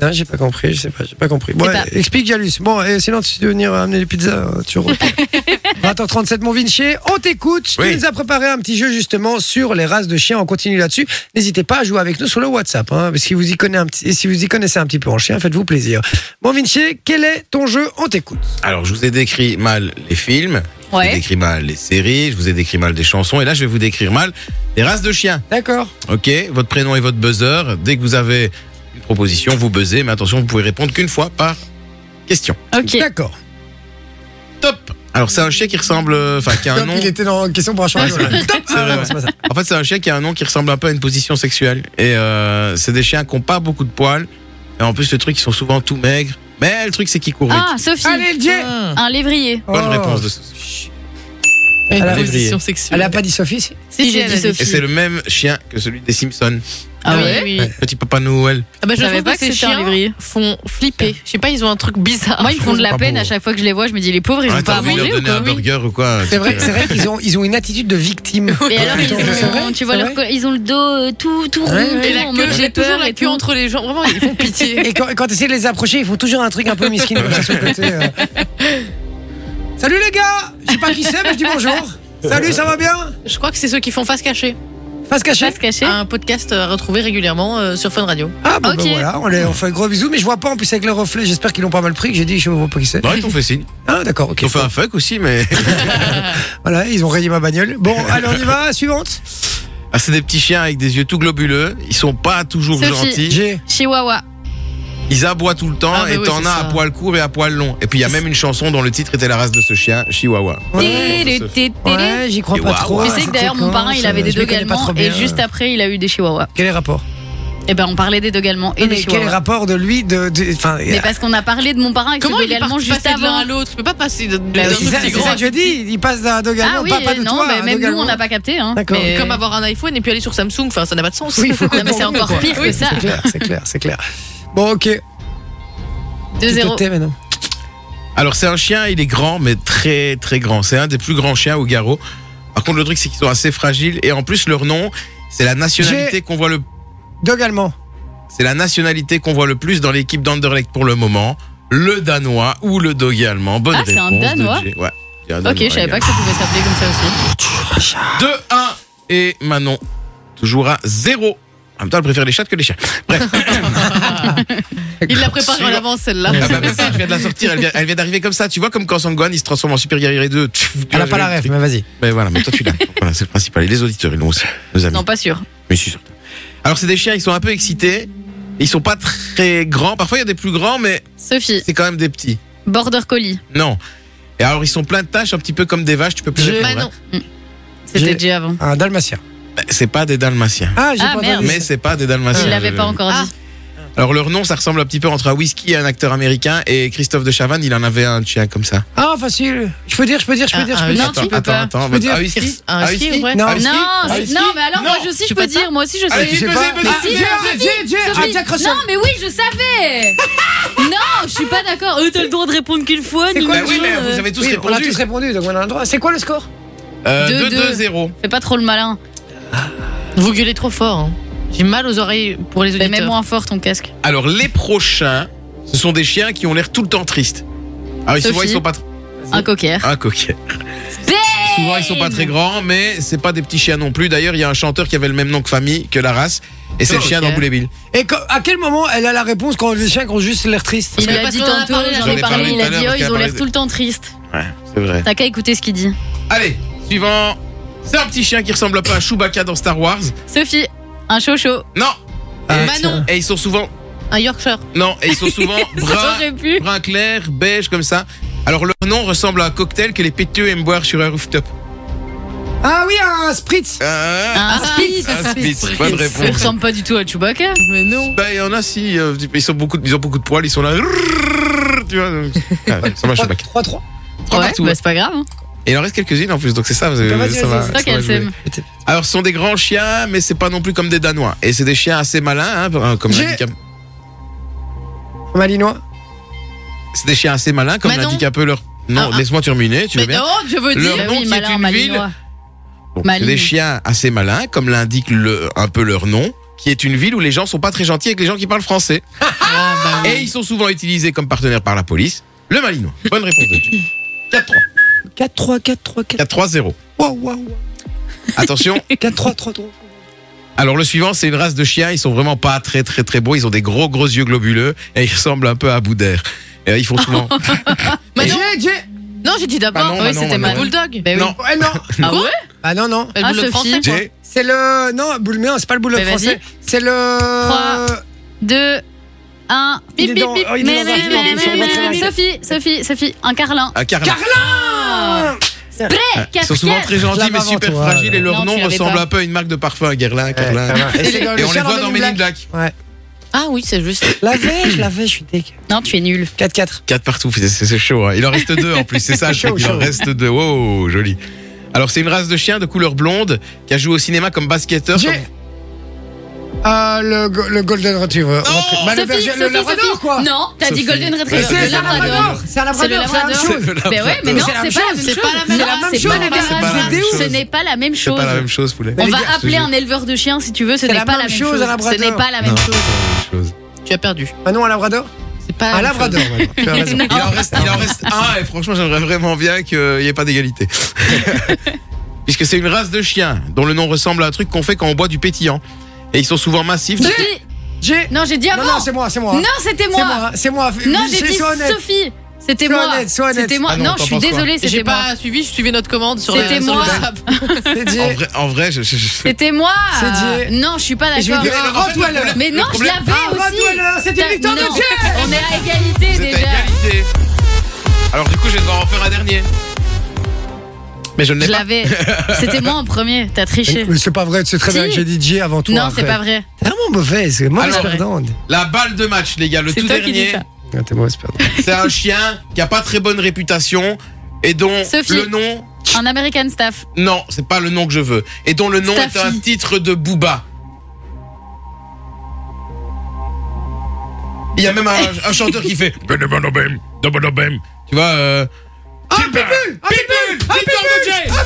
Speaker 1: Non, Ah, j'ai pas compris, je sais pas, j'ai pas compris. Bon,
Speaker 3: Eh ben.
Speaker 1: explique Jalus. Bon, eh, et sinon tu veux venir amener les pizzas, euh, tu repars. 20h37, mon Vinci, on t'écoute.
Speaker 2: Oui.
Speaker 1: Tu nous as préparé un petit jeu justement sur les races de chiens. On continue là-dessus. N'hésitez pas à jouer avec nous sur le WhatsApp, hein, parce que vous y connaissez un petit, et si vous y connaissez un petit peu en chien, faites-vous plaisir. Mon Vinci, quel est ton jeu On t'écoute.
Speaker 2: Alors, je vous ai décrit mal les films, je vous ai
Speaker 3: Ouais.
Speaker 2: décrit mal les séries, je vous ai décrit mal des chansons, et là, je vais vous décrire mal des races de chiens.
Speaker 1: D'accord.
Speaker 2: Ok, votre prénom et votre buzzer. Dès que vous avez une proposition, vous buzzez, mais attention, vous pouvez répondre qu'une fois par question.
Speaker 3: Ok.
Speaker 1: D'accord.
Speaker 2: Top Alors, c'est un chien qui ressemble. euh, Enfin, qui a un
Speaker 1: Top,
Speaker 2: nom.
Speaker 1: Il était dans question pour un chien. Voilà. Top.
Speaker 2: C'est vrai,
Speaker 1: Ah, non,
Speaker 2: ouais.
Speaker 1: c'est pas ça.
Speaker 2: En fait, c'est un chien qui a un nom qui ressemble un peu à une position sexuelle. Et euh, c'est des chiens qui n'ont pas beaucoup de poils. Et en plus, le truc, ils sont souvent tout maigres. Mais le truc, c'est qu'ils courent vite.
Speaker 3: Ah, Sophie, Ah.
Speaker 1: Allez, le Jay.
Speaker 3: un lévrier.
Speaker 2: Bonne
Speaker 1: Oh.
Speaker 2: réponse de ce-
Speaker 4: Une
Speaker 1: Elle a-
Speaker 4: position
Speaker 1: Elle a
Speaker 4: sexuelle.
Speaker 1: pas dit Sophie. c'est-
Speaker 3: Si,
Speaker 4: Si, si,
Speaker 3: j'ai
Speaker 4: elle
Speaker 3: dit
Speaker 4: a dit.
Speaker 3: Sophie.
Speaker 2: Et c'est le même chien que celui des Simpsons.
Speaker 3: Ah
Speaker 4: Ah
Speaker 3: ouais
Speaker 4: oui, oui.
Speaker 2: Petit Papa Noël.
Speaker 4: Ah bah,
Speaker 3: Je
Speaker 4: je
Speaker 3: savais
Speaker 4: trouve
Speaker 3: pas
Speaker 4: pas
Speaker 3: que
Speaker 4: que ces
Speaker 3: c'était un
Speaker 4: chiens
Speaker 3: lévrier.
Speaker 4: font flipper. Je sais pas, ils ont un truc bizarre.
Speaker 3: Moi, ils me font de la
Speaker 5: pas
Speaker 3: peine
Speaker 5: beau.
Speaker 3: à chaque fois que je les vois. Je me dis, les pauvres, ils
Speaker 2: Ouais,
Speaker 3: ont
Speaker 2: T'as
Speaker 3: pas à
Speaker 2: envie de
Speaker 3: manger
Speaker 2: leur
Speaker 3: ou
Speaker 2: donner un
Speaker 3: quoi
Speaker 2: burger ou quoi
Speaker 1: C'est vrai, c'est vrai qu'ils ont, ils ont une attitude de victime.
Speaker 3: Et alors, ils
Speaker 1: Attends, c'est vrai,
Speaker 3: ont, tu vois,
Speaker 1: c'est
Speaker 3: leur co- ils ont le dos euh, tout, tout rond,
Speaker 1: Ouais, ouais.
Speaker 3: tout
Speaker 4: Et la
Speaker 3: en mode,
Speaker 4: queue, j'ai
Speaker 3: j'ai
Speaker 4: toujours
Speaker 3: peur
Speaker 4: la
Speaker 3: et
Speaker 4: queue
Speaker 3: tout.
Speaker 4: entre les jambes. Vraiment, ils font pitié.
Speaker 1: Et quand, quand tu essaies de les approcher, ils font toujours un truc un peu miskin comme ça sur le côté. euh. Salut les gars Je sais pas qui c'est, mais je dis bonjour. Salut, ça va bien
Speaker 4: Je crois que c'est ceux qui font face cachée.
Speaker 1: Face cachée
Speaker 3: Pas se cacher.
Speaker 4: Un podcast euh, retrouvé régulièrement euh, sur Fun Radio.
Speaker 1: Ah bon, bah
Speaker 3: Ok.
Speaker 1: voilà, on, les, on fait un gros bisou, mais je vois pas en plus avec le reflet, j'espère qu'ils l'ont pas mal pris, que j'ai dit je vois pas qui c'est.
Speaker 2: Bah, ils t'ont fait signe.
Speaker 1: Ah d'accord, ok.
Speaker 2: Ils t'ont fait un fuck aussi, mais.
Speaker 1: Voilà, ils ont rayé ma bagnole. Bon, allez, on y va, suivante.
Speaker 2: Ah, c'est des petits chiens avec des yeux tout globuleux. Ils sont pas toujours
Speaker 3: Sophie.
Speaker 2: gentils.
Speaker 1: J'ai.
Speaker 3: Chihuahua.
Speaker 2: Ils aboient tout le temps
Speaker 4: Ah, bah
Speaker 2: et
Speaker 4: oui,
Speaker 2: t'en
Speaker 4: c'est
Speaker 2: as
Speaker 4: ça.
Speaker 2: à poil court et à poil long. Et puis il y a même une chanson dont le titre était la race de ce chien, Chihuahua.
Speaker 1: Ouais,
Speaker 3: Télé, télé.
Speaker 1: Ouais, j'y crois
Speaker 2: Et
Speaker 1: pas
Speaker 2: waouh.
Speaker 1: trop.
Speaker 2: Tu
Speaker 3: Tu
Speaker 1: Ah,
Speaker 3: sais que
Speaker 1: c'était
Speaker 3: d'ailleurs, mon
Speaker 1: quand,
Speaker 3: parrain, il
Speaker 1: ça
Speaker 3: avait des
Speaker 1: Je les
Speaker 3: deux
Speaker 1: connais pas
Speaker 3: gallemands
Speaker 1: trop
Speaker 3: et
Speaker 1: bien.
Speaker 3: juste après, il a eu des chihuahuas.
Speaker 1: Quel est le rapport
Speaker 3: Et ben, on parlait des deux gallemands et
Speaker 1: Non,
Speaker 3: des
Speaker 1: mais Quel est le
Speaker 3: chihuahuas.
Speaker 1: rapport de lui de, de- enfin, euh,
Speaker 3: Mais parce qu'on a parlé de mon parrain avec
Speaker 4: Comment
Speaker 3: ses
Speaker 4: il
Speaker 3: deux
Speaker 4: est
Speaker 3: gallemands
Speaker 4: parti
Speaker 3: juste
Speaker 4: passer de l'un
Speaker 3: avant.
Speaker 4: à l'autre Je peux pas passer de- de
Speaker 3: Bah
Speaker 4: d'un
Speaker 3: oui,
Speaker 1: C'est
Speaker 4: autre
Speaker 1: ça,
Speaker 4: si
Speaker 1: c'est
Speaker 4: grand.
Speaker 1: ça que je dis, il passe d'un deux
Speaker 3: Ah
Speaker 1: gallemands,
Speaker 3: oui,
Speaker 1: pas, pas de
Speaker 3: non,
Speaker 1: toi,
Speaker 3: bah,
Speaker 1: à
Speaker 3: même
Speaker 1: deux
Speaker 3: nous, on
Speaker 1: gallemands.
Speaker 3: n'a pas capté. Hein.
Speaker 1: D'accord.
Speaker 3: Mais-
Speaker 4: Comme avoir un iPhone et puis aller sur Samsung, enfin, ça n'a pas de sens.
Speaker 1: Oui, il faut
Speaker 3: Non, mais c'est
Speaker 1: comprendre,
Speaker 3: encore
Speaker 1: quoi.
Speaker 3: pire que ça.
Speaker 1: C'est clair, c'est clair, c'est clair. Bon, ok. Tu te
Speaker 3: 2-0.
Speaker 1: tais maintenant.
Speaker 2: Alors c'est un chien, il est grand mais très très grand. C'est un des plus grands chiens au garrot. Par contre le truc c'est qu'ils sont assez fragiles et en plus leur nom, c'est la nationalité qu'on voit le
Speaker 1: Dog allemand.
Speaker 2: c'est la nationalité qu'on voit le plus dans l'équipe d'Anderlecht pour le moment, le danois ou le doggy allemand. Bonne
Speaker 3: Ah, c'est un
Speaker 2: réponse de
Speaker 3: Danois
Speaker 2: Jay. Ouais. c'est un
Speaker 3: Ok,
Speaker 2: Danois,
Speaker 3: je savais
Speaker 2: gars.
Speaker 3: pas que ça pouvait s'appeler comme ça aussi.
Speaker 2: 2-1 et Manon toujours à 0. En même temps, elle préfère les chats que les chiens. Bref,
Speaker 4: Il la prépare en
Speaker 2: Suivant.
Speaker 4: avance, celle-là.
Speaker 2: Ah bah, mais ça, je viens de la sortir. Elle vient, elle vient d'arriver comme ça. Tu vois, comme quand Sangwan, il se transforme en Super Guerrier 2.
Speaker 1: Elle a pas la rêve, mais vas-y.
Speaker 2: Mais voilà, mais toi tu l'as. Voilà, c'est le principal. Et les auditeurs, ils l'ont aussi. Nos amis.
Speaker 3: Non, pas sûr.
Speaker 2: Mais je suis certain. Alors, c'est des chiens, ils sont un peu excités. Ils sont pas très grands. Parfois, il y a des plus grands, mais
Speaker 3: Sophie,
Speaker 2: c'est quand même des petits.
Speaker 3: Border Collie.
Speaker 2: Non. Et alors, ils sont pleins de taches, un petit peu comme des vaches. Tu peux plus
Speaker 1: J'ai-
Speaker 2: répondre,
Speaker 3: Bah
Speaker 4: Manon.
Speaker 1: J'ai-
Speaker 3: C'était déjà avant.
Speaker 1: Un dalmatien.
Speaker 2: hein. C'est pas des dalmatiens.
Speaker 1: Ah, j'ai
Speaker 3: Ah,
Speaker 1: pas
Speaker 3: merde.
Speaker 1: entendu
Speaker 2: Mais
Speaker 1: ça.
Speaker 2: c'est pas des dalmatiens.
Speaker 3: Je l'avais pas encore
Speaker 4: Ah.
Speaker 3: dit.
Speaker 2: Alors leur nom, ça ressemble un petit peu entre un whisky et un acteur américain. Et Christophe de Chavannes, il en avait un chien comme ça.
Speaker 1: Ah, facile. Je peux dire, je peux dire, je peux
Speaker 4: Ah,
Speaker 1: dire, je
Speaker 4: ah,
Speaker 1: peux
Speaker 4: oui.
Speaker 1: dire.
Speaker 3: Non, tu
Speaker 2: attends,
Speaker 3: peux
Speaker 2: attends,
Speaker 3: pas.
Speaker 2: attends. bah,
Speaker 1: Je peux dire-
Speaker 2: Un whisky
Speaker 4: Un whisky, ouais.
Speaker 1: Non.
Speaker 2: Un
Speaker 3: Non,
Speaker 2: whisky
Speaker 3: c'est-
Speaker 2: whisky
Speaker 3: non, mais alors,
Speaker 2: Non.
Speaker 3: moi aussi, je
Speaker 4: Tu
Speaker 3: peux
Speaker 4: fais ça
Speaker 3: dire. Moi aussi, je
Speaker 2: Ah,
Speaker 3: sais.
Speaker 2: si,
Speaker 1: j'ai
Speaker 2: vas-y,
Speaker 1: pas-
Speaker 2: vas-y.
Speaker 1: Ah,
Speaker 3: si,
Speaker 1: j'ai-
Speaker 3: Sophie,
Speaker 1: j'ai- j'ai-
Speaker 3: Sophie.
Speaker 1: ah, Jack Russell.
Speaker 3: Non, mais oui, je savais. non, je suis pas d'accord. Eux, t'as le droit de répondre qu'une fois.
Speaker 1: C'est
Speaker 3: ni
Speaker 1: quoi
Speaker 2: Bah
Speaker 3: deux,
Speaker 2: oui, mais
Speaker 3: euh,
Speaker 2: vous avez tous
Speaker 1: Oui, on a
Speaker 2: répondu.
Speaker 1: tous répondu, donc on a le droit. C'est quoi le score
Speaker 2: Euh,
Speaker 3: Deux, deux.
Speaker 2: 2-2-0.
Speaker 3: Fais pas trop le malin.
Speaker 4: Vous gueulez trop fort. hein. J'ai mal aux oreilles pour les
Speaker 3: Mais
Speaker 4: auditeurs.
Speaker 3: mets moins fort ton casque.
Speaker 2: Alors les prochains, ce sont des chiens qui ont l'air tout le temps tristes. Ah oui, souvent
Speaker 3: Sophie.
Speaker 2: ils sont pas tr-
Speaker 3: Un cocker.
Speaker 2: ah, coquet. Souvent ils sont pas très grands, mais c'est pas des petits chiens non plus. D'ailleurs, il y a un chanteur qui avait le même nom que famille, que la race, et c'est le
Speaker 4: Oh,
Speaker 2: chien
Speaker 4: ok.
Speaker 2: dans Boule et Bill.
Speaker 1: Et quand- à quel moment elle a la réponse quand les chiens qui ont juste l'air triste
Speaker 3: Il
Speaker 4: que-
Speaker 3: l'a
Speaker 4: Parce
Speaker 3: dit
Speaker 4: qu'on en a
Speaker 3: tantôt,
Speaker 4: parlé la
Speaker 3: j'en ai
Speaker 4: journée
Speaker 3: parlé.
Speaker 2: dernière.
Speaker 3: Il a dit,
Speaker 2: Parce
Speaker 3: oh,
Speaker 2: qu'elle
Speaker 3: ils
Speaker 2: a
Speaker 3: ont l'air
Speaker 2: parlé-
Speaker 3: tout le temps tristes.
Speaker 2: Ouais, c'est vrai.
Speaker 3: T'as qu'à écouter ce qu'il dit.
Speaker 2: Allez, suivant. C'est un petit chien qui ressemble un peu à Chewbacca dans Star Wars.
Speaker 3: Sophie, un chocho.
Speaker 2: Non.
Speaker 1: Ah,
Speaker 2: et,
Speaker 4: Euh, Manon.
Speaker 2: et ils sont souvent
Speaker 4: Un Yorkshire.
Speaker 2: non, et ils sont souvent bruns,
Speaker 3: J'aurais pu.
Speaker 2: brun clair, beige comme ça. Alors leur nom ressemble à un cocktail que les péteux aiment boire sur un rooftop.
Speaker 1: Ah oui, un spritz
Speaker 2: Euh,
Speaker 4: Ah.
Speaker 3: Ah, Un spitz.
Speaker 2: un Spitz, bonne
Speaker 3: Ça
Speaker 2: réponse.
Speaker 3: ressemble pas du tout à Chewbacca.
Speaker 4: Mais non.
Speaker 2: Bah, il y en a si. euh, ils, sont beaucoup, de- ils ont beaucoup de poils, ils sont là. Tu vois, donc- Ah, ça va, je sais pas.
Speaker 1: 3-3.
Speaker 2: Trois
Speaker 3: Ouais,
Speaker 2: partout.
Speaker 3: bah c'est pas grave. hein.
Speaker 2: Et il en reste quelques-unes en plus, donc c'est ça. vous avez-
Speaker 1: Bah, vas-y,
Speaker 2: ça
Speaker 1: vas-y,
Speaker 2: va-
Speaker 1: c'est
Speaker 3: C'est
Speaker 2: ça
Speaker 3: toi
Speaker 2: va
Speaker 3: qu'elle
Speaker 2: jouer.
Speaker 3: s'aime.
Speaker 2: Alors, ce sont des grands chiens, mais c'est pas non plus comme des Danois. Et c'est des chiens assez malins, hein, comme
Speaker 1: J'ai-
Speaker 2: l'indique un-
Speaker 1: Malinois.
Speaker 2: C'est des chiens assez malins, comme
Speaker 4: Manon.
Speaker 2: l'indique un peu leur. Non,
Speaker 4: Ah, ah.
Speaker 2: laisse-moi terminer, tu veux
Speaker 4: Mais
Speaker 2: bien.
Speaker 4: non, je veux
Speaker 2: Le-
Speaker 4: dire.
Speaker 2: Leur
Speaker 3: Bah
Speaker 2: nom qui est
Speaker 3: malin,
Speaker 2: une ville.
Speaker 3: malinois.
Speaker 2: Bon,
Speaker 3: Malines.
Speaker 2: c'est des chiens assez malins, comme l'indique le, un peu leur nom, qui est une ville où les gens sont pas très gentils avec les gens qui parlent français. Et ils sont souvent utilisés comme partenaires par la police. Le Malinois. Bonne réponse de Dieu. 4-3.
Speaker 1: 4-3, 4-3, 4-3.
Speaker 2: 4-3-0.
Speaker 1: Waouh, waouh, waouh.
Speaker 2: Attention.
Speaker 1: 4-3, 3-3.
Speaker 2: Alors le suivant, c'est une race de chiens. Ils sont vraiment pas très très très beaux. Ils ont des gros gros yeux globuleux et ils ressemblent un peu à bout d'air. Et euh, ils font souvent.
Speaker 4: Manon.
Speaker 1: J'ai, j'ai.
Speaker 4: Non, j'ai dit
Speaker 2: Manon,
Speaker 4: d'abord. Ah
Speaker 2: Manon,
Speaker 4: Oui, c'était
Speaker 2: Manon.
Speaker 4: ma bulldog.
Speaker 3: Bah oui.
Speaker 2: Non.
Speaker 1: Ouais, non.
Speaker 3: Ah ouais
Speaker 1: Ah non, non.
Speaker 4: Le
Speaker 3: Ah,
Speaker 4: bulldog
Speaker 3: Sophie.
Speaker 4: français. quoi.
Speaker 2: J'ai-
Speaker 1: C'est le. Non, boule, mais non, c'est pas le boulot
Speaker 3: Mais Ben, vas-y.
Speaker 1: français. C'est le.
Speaker 3: Trois. 2, 1.
Speaker 1: Il
Speaker 3: Bip,
Speaker 1: est
Speaker 3: bip,
Speaker 1: dans-
Speaker 3: bip.
Speaker 1: oh, il est
Speaker 3: Mais,
Speaker 1: dans un
Speaker 3: mais,
Speaker 1: film, en
Speaker 3: mais,
Speaker 1: plus, on
Speaker 3: mais,
Speaker 1: voit très
Speaker 3: mais,
Speaker 1: bien.
Speaker 3: Sophie, Sophie, Sophie, un carlin.
Speaker 2: Un carlin.
Speaker 3: Ah. Prêt,
Speaker 2: Ils sont
Speaker 3: 4
Speaker 2: souvent très
Speaker 1: Je
Speaker 2: gentils
Speaker 1: l'avais
Speaker 2: mais
Speaker 1: avant
Speaker 2: super
Speaker 1: toi,
Speaker 2: fragiles
Speaker 1: ouais.
Speaker 2: et leur
Speaker 3: Non, tu
Speaker 2: nom
Speaker 3: l'avais
Speaker 2: ressemble
Speaker 3: pas.
Speaker 2: un peu à une marque de parfum, Guerlain,
Speaker 1: Ouais,
Speaker 2: Carlin.
Speaker 1: Carlin. Et c'est dans
Speaker 2: Et
Speaker 1: le
Speaker 2: on les
Speaker 1: chien
Speaker 2: voit
Speaker 1: dans
Speaker 2: dans
Speaker 1: Men
Speaker 2: Men
Speaker 1: in
Speaker 2: in Black.
Speaker 4: Ah oui, c'est juste.
Speaker 1: Je l'avais, je l'avais, je suis dégueu.
Speaker 3: Non, tu es nul.
Speaker 1: 4-4.
Speaker 2: 4 partout, c'est c'est chaud. hein. Il en reste deux en plus, c'est ça, je crois
Speaker 1: Chaud,
Speaker 2: qu'il en
Speaker 1: chaud.
Speaker 2: reste deux. Wow, joli. Alors c'est une race de chien de couleur blonde qui a joué au cinéma comme basketteur.
Speaker 1: J'ai.
Speaker 2: comme-
Speaker 1: Euh, le, go- le Golden Retriever.
Speaker 2: Non
Speaker 1: Retriever. Bah, le,
Speaker 3: Sophie,
Speaker 1: berger- le
Speaker 3: Sophie,
Speaker 1: Labrador,
Speaker 3: Sophie.
Speaker 1: quoi.
Speaker 3: Non, t'as dit
Speaker 2: Sophie.
Speaker 3: Golden
Speaker 1: Mais
Speaker 3: Retriever.
Speaker 1: C'est
Speaker 3: Le
Speaker 1: c'est un Labrador.
Speaker 3: Labrador.
Speaker 1: C'est un
Speaker 3: C'est le
Speaker 1: Labrador, c'est la même
Speaker 3: Labrador.
Speaker 1: chose.
Speaker 3: Mais ouais, mais
Speaker 1: Mais
Speaker 3: non,
Speaker 1: c'est la
Speaker 3: c'est
Speaker 1: même
Speaker 3: pas la
Speaker 1: chose,
Speaker 3: même
Speaker 1: c'est
Speaker 3: chose.
Speaker 4: pas la même-
Speaker 3: Non,
Speaker 1: la même
Speaker 3: c'est
Speaker 1: chose,
Speaker 3: pas
Speaker 1: les
Speaker 3: la
Speaker 1: gars,
Speaker 3: même
Speaker 1: c'est des
Speaker 3: chose.
Speaker 1: ouf.
Speaker 3: Ce n'est pas la même
Speaker 2: C'est
Speaker 3: chose.
Speaker 2: pas la même chose, poulet.
Speaker 3: On
Speaker 1: Les
Speaker 3: va
Speaker 1: gars,
Speaker 2: je te
Speaker 3: appeler
Speaker 2: jure.
Speaker 3: un éleveur de chiens si tu veux, ce
Speaker 1: C'est
Speaker 3: n'est
Speaker 1: la
Speaker 3: pas
Speaker 1: même
Speaker 3: la même
Speaker 1: chose,
Speaker 3: chose.
Speaker 1: un Labrador.
Speaker 3: Ce n'est pas la
Speaker 2: Non,
Speaker 3: même
Speaker 2: c'est
Speaker 3: chose.
Speaker 2: pas la même chose.
Speaker 4: Tu as perdu.
Speaker 1: Ah non, un Labrador
Speaker 4: C'est
Speaker 3: Ah,
Speaker 4: pas.
Speaker 1: Un Labrador, ouais, tu as raison.
Speaker 2: Il en reste, il en reste un et franchement j'aimerais vraiment bien qu'il n'y ait pas d'égalité. Puisque c'est une race de chiens dont le nom ressemble à un truc qu'on fait quand on boit du pétillant. Et ils sont souvent massifs.
Speaker 3: Sophie.
Speaker 1: J'ai.
Speaker 3: Non, j'ai dit
Speaker 1: Non, non,
Speaker 3: avant.
Speaker 1: c'est moi, c'est moi.
Speaker 3: Non, c'était
Speaker 1: C'est
Speaker 3: moi.
Speaker 1: moi, c'est moi.
Speaker 3: Non, j'ai
Speaker 1: J'ai-
Speaker 3: dit
Speaker 1: sois honnête.
Speaker 3: Sophie. C'était
Speaker 1: Sois
Speaker 3: moi.
Speaker 1: honnête, sois honnête.
Speaker 3: C'était moi.
Speaker 2: Ah non,
Speaker 3: Non,
Speaker 2: t'en
Speaker 3: je suis
Speaker 2: penses quoi
Speaker 3: désolée,
Speaker 4: J'ai
Speaker 3: c'était moi.
Speaker 4: pas suivi, j'ai suivi notre commande sur
Speaker 3: C'était
Speaker 4: le- sur
Speaker 3: moi.
Speaker 4: le WhatsApp.
Speaker 1: C'est dit.
Speaker 2: En vrai, en vrai je, je- je-
Speaker 3: C'était moi.
Speaker 1: C'est dit.
Speaker 3: Non, je suis pas
Speaker 1: Et je vais
Speaker 3: d'accord.
Speaker 1: dire un
Speaker 2: en fait, le
Speaker 1: Rottweiler.
Speaker 2: problème-
Speaker 3: Mais non, je
Speaker 2: problème-
Speaker 3: l'avais
Speaker 1: Ah,
Speaker 3: aussi.
Speaker 1: Rottweiler, c'est une
Speaker 3: T'as-
Speaker 1: victoire de
Speaker 3: non,
Speaker 1: Dieu.
Speaker 3: On est à égalité
Speaker 2: c'est à
Speaker 3: déjà.
Speaker 2: égalité. Alors du coup je vais devoir en faire un dernier. Mais je ne l'ai
Speaker 3: Je
Speaker 2: pas.
Speaker 3: l'avais. C'était moi en premier. T'as triché.
Speaker 1: Mais c'est pas vrai, c'est très
Speaker 3: Si.
Speaker 1: bien que j'ai dit J avant tout.
Speaker 3: Non, c'est pas vrai.
Speaker 1: T'es vraiment mauvaise, c'est mauvaise
Speaker 2: Alors-
Speaker 1: perdante.
Speaker 2: La balle de match les gars, le
Speaker 3: C'est
Speaker 2: tout
Speaker 3: toi qui dis
Speaker 2: dernier.
Speaker 3: ça.
Speaker 1: Ah, T'es mauvaise perdante.
Speaker 2: C'est un chien qui a pas très bonne réputation et dont
Speaker 3: Sophie.
Speaker 2: le nom
Speaker 3: Un American staff.
Speaker 2: non, c'est pas le nom que je veux et dont le nom
Speaker 3: Staffy.
Speaker 2: est un titre de Booba. Il y a même un, un chanteur qui fait tu vois euh,
Speaker 1: Ah, Pitbull Ah, Pitbull Ah, Pitbull Ah,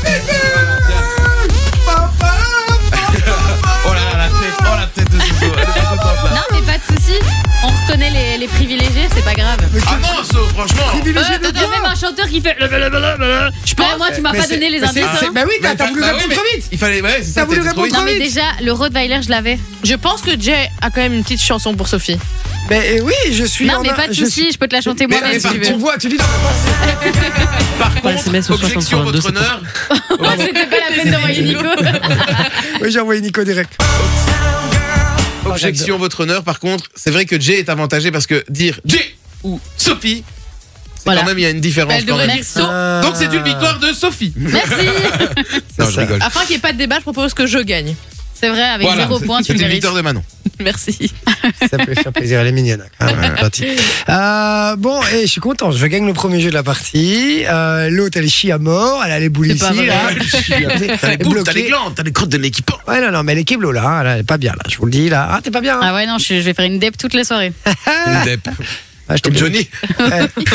Speaker 2: Oh là là, la tête, oh la tête de Zozo. Elle est pas contente, là.
Speaker 3: Non, mais pas de soucis. On reconnaît les, les privilégiés, c'est pas grave.
Speaker 2: Ah non, Zozo, franchement.
Speaker 3: Euh,
Speaker 1: Privilégié de
Speaker 3: T'as même un chanteur qui fait. Je pense. moi, tu m'as
Speaker 1: Mais
Speaker 3: pas
Speaker 1: c'est-
Speaker 3: donné les
Speaker 1: mais c'est-
Speaker 3: indices.
Speaker 1: c'est-
Speaker 3: hein.
Speaker 1: Bah oui, t'as t'as voulu
Speaker 2: bah oui,
Speaker 1: répondre
Speaker 2: mais
Speaker 1: trop vite
Speaker 2: Il fallait, ouais, c'est ça,
Speaker 1: T'as voulu
Speaker 2: t'es trop
Speaker 1: répondre
Speaker 2: vite.
Speaker 3: Non, mais
Speaker 1: vite.
Speaker 3: déjà, le Rottweiler, je l'avais.
Speaker 4: Je pense que Jay a quand même une petite chanson pour Sophie.
Speaker 1: Mais euh, oui, je suis.
Speaker 3: Non,
Speaker 1: en
Speaker 3: mais
Speaker 1: un-
Speaker 3: pas de
Speaker 1: je
Speaker 3: soucis, je peux te la chanter
Speaker 2: Mais-
Speaker 3: moi-même
Speaker 2: mais
Speaker 3: si
Speaker 2: par
Speaker 3: tu
Speaker 1: suis- Tu
Speaker 3: veux.
Speaker 1: vois, tu dis.
Speaker 2: Par
Speaker 7: SMS
Speaker 2: contre,
Speaker 7: au
Speaker 2: objection,
Speaker 7: 62,
Speaker 2: votre
Speaker 7: c'est
Speaker 2: honneur.
Speaker 3: C'était pas la peine d'envoyer Nico.
Speaker 1: Oui, j'ai envoyé Nico direct.
Speaker 2: Objection, votre honneur. Par contre, c'est vrai que Jay est avantagé parce que dire Jay ou Sophie, c'est
Speaker 3: Voilà.
Speaker 2: quand même, il y a une
Speaker 1: Bah,
Speaker 2: différence
Speaker 4: Elle
Speaker 2: quand
Speaker 4: devrait
Speaker 2: même.
Speaker 4: dire so.
Speaker 1: Ah.
Speaker 2: Donc, c'est une victoire de Sophie.
Speaker 3: Merci.
Speaker 2: Non, je
Speaker 1: ça.
Speaker 2: rigole.
Speaker 4: Afin qu'il n'y ait pas de débat, je propose que je gagne.
Speaker 3: C'est vrai, avec
Speaker 2: Voilà.
Speaker 3: zéro point, tu
Speaker 2: C'est une
Speaker 3: mérites.
Speaker 2: victoire de Manon.
Speaker 4: Merci.
Speaker 1: Ça peut faire plaisir, elle est mignonne. hein, quand même, gentille. Euh, bon, et je suis content, je gagne le premier jeu de la partie. Euh, L'autre, elle chie à mort, elle a les boules
Speaker 3: C'est
Speaker 1: ici.
Speaker 3: pas vrai.
Speaker 1: là.
Speaker 2: Ah, T'as
Speaker 1: Elle
Speaker 2: les
Speaker 1: est
Speaker 2: boules, t'as les
Speaker 1: bloquée.
Speaker 2: glandes, t'as les crottes de l'équipement.
Speaker 1: Ouais, non, non, mais elle est kéblo, là, hein, elle est pas bien, là, je vous le dis, là. Ah, t'es pas bien hein
Speaker 3: Ah ouais, non, je, je vais faire une dep toute la soirée.
Speaker 5: Une dep.
Speaker 1: Ah, je t'ai
Speaker 2: Comme
Speaker 1: bien.
Speaker 2: Johnny.
Speaker 1: Eh,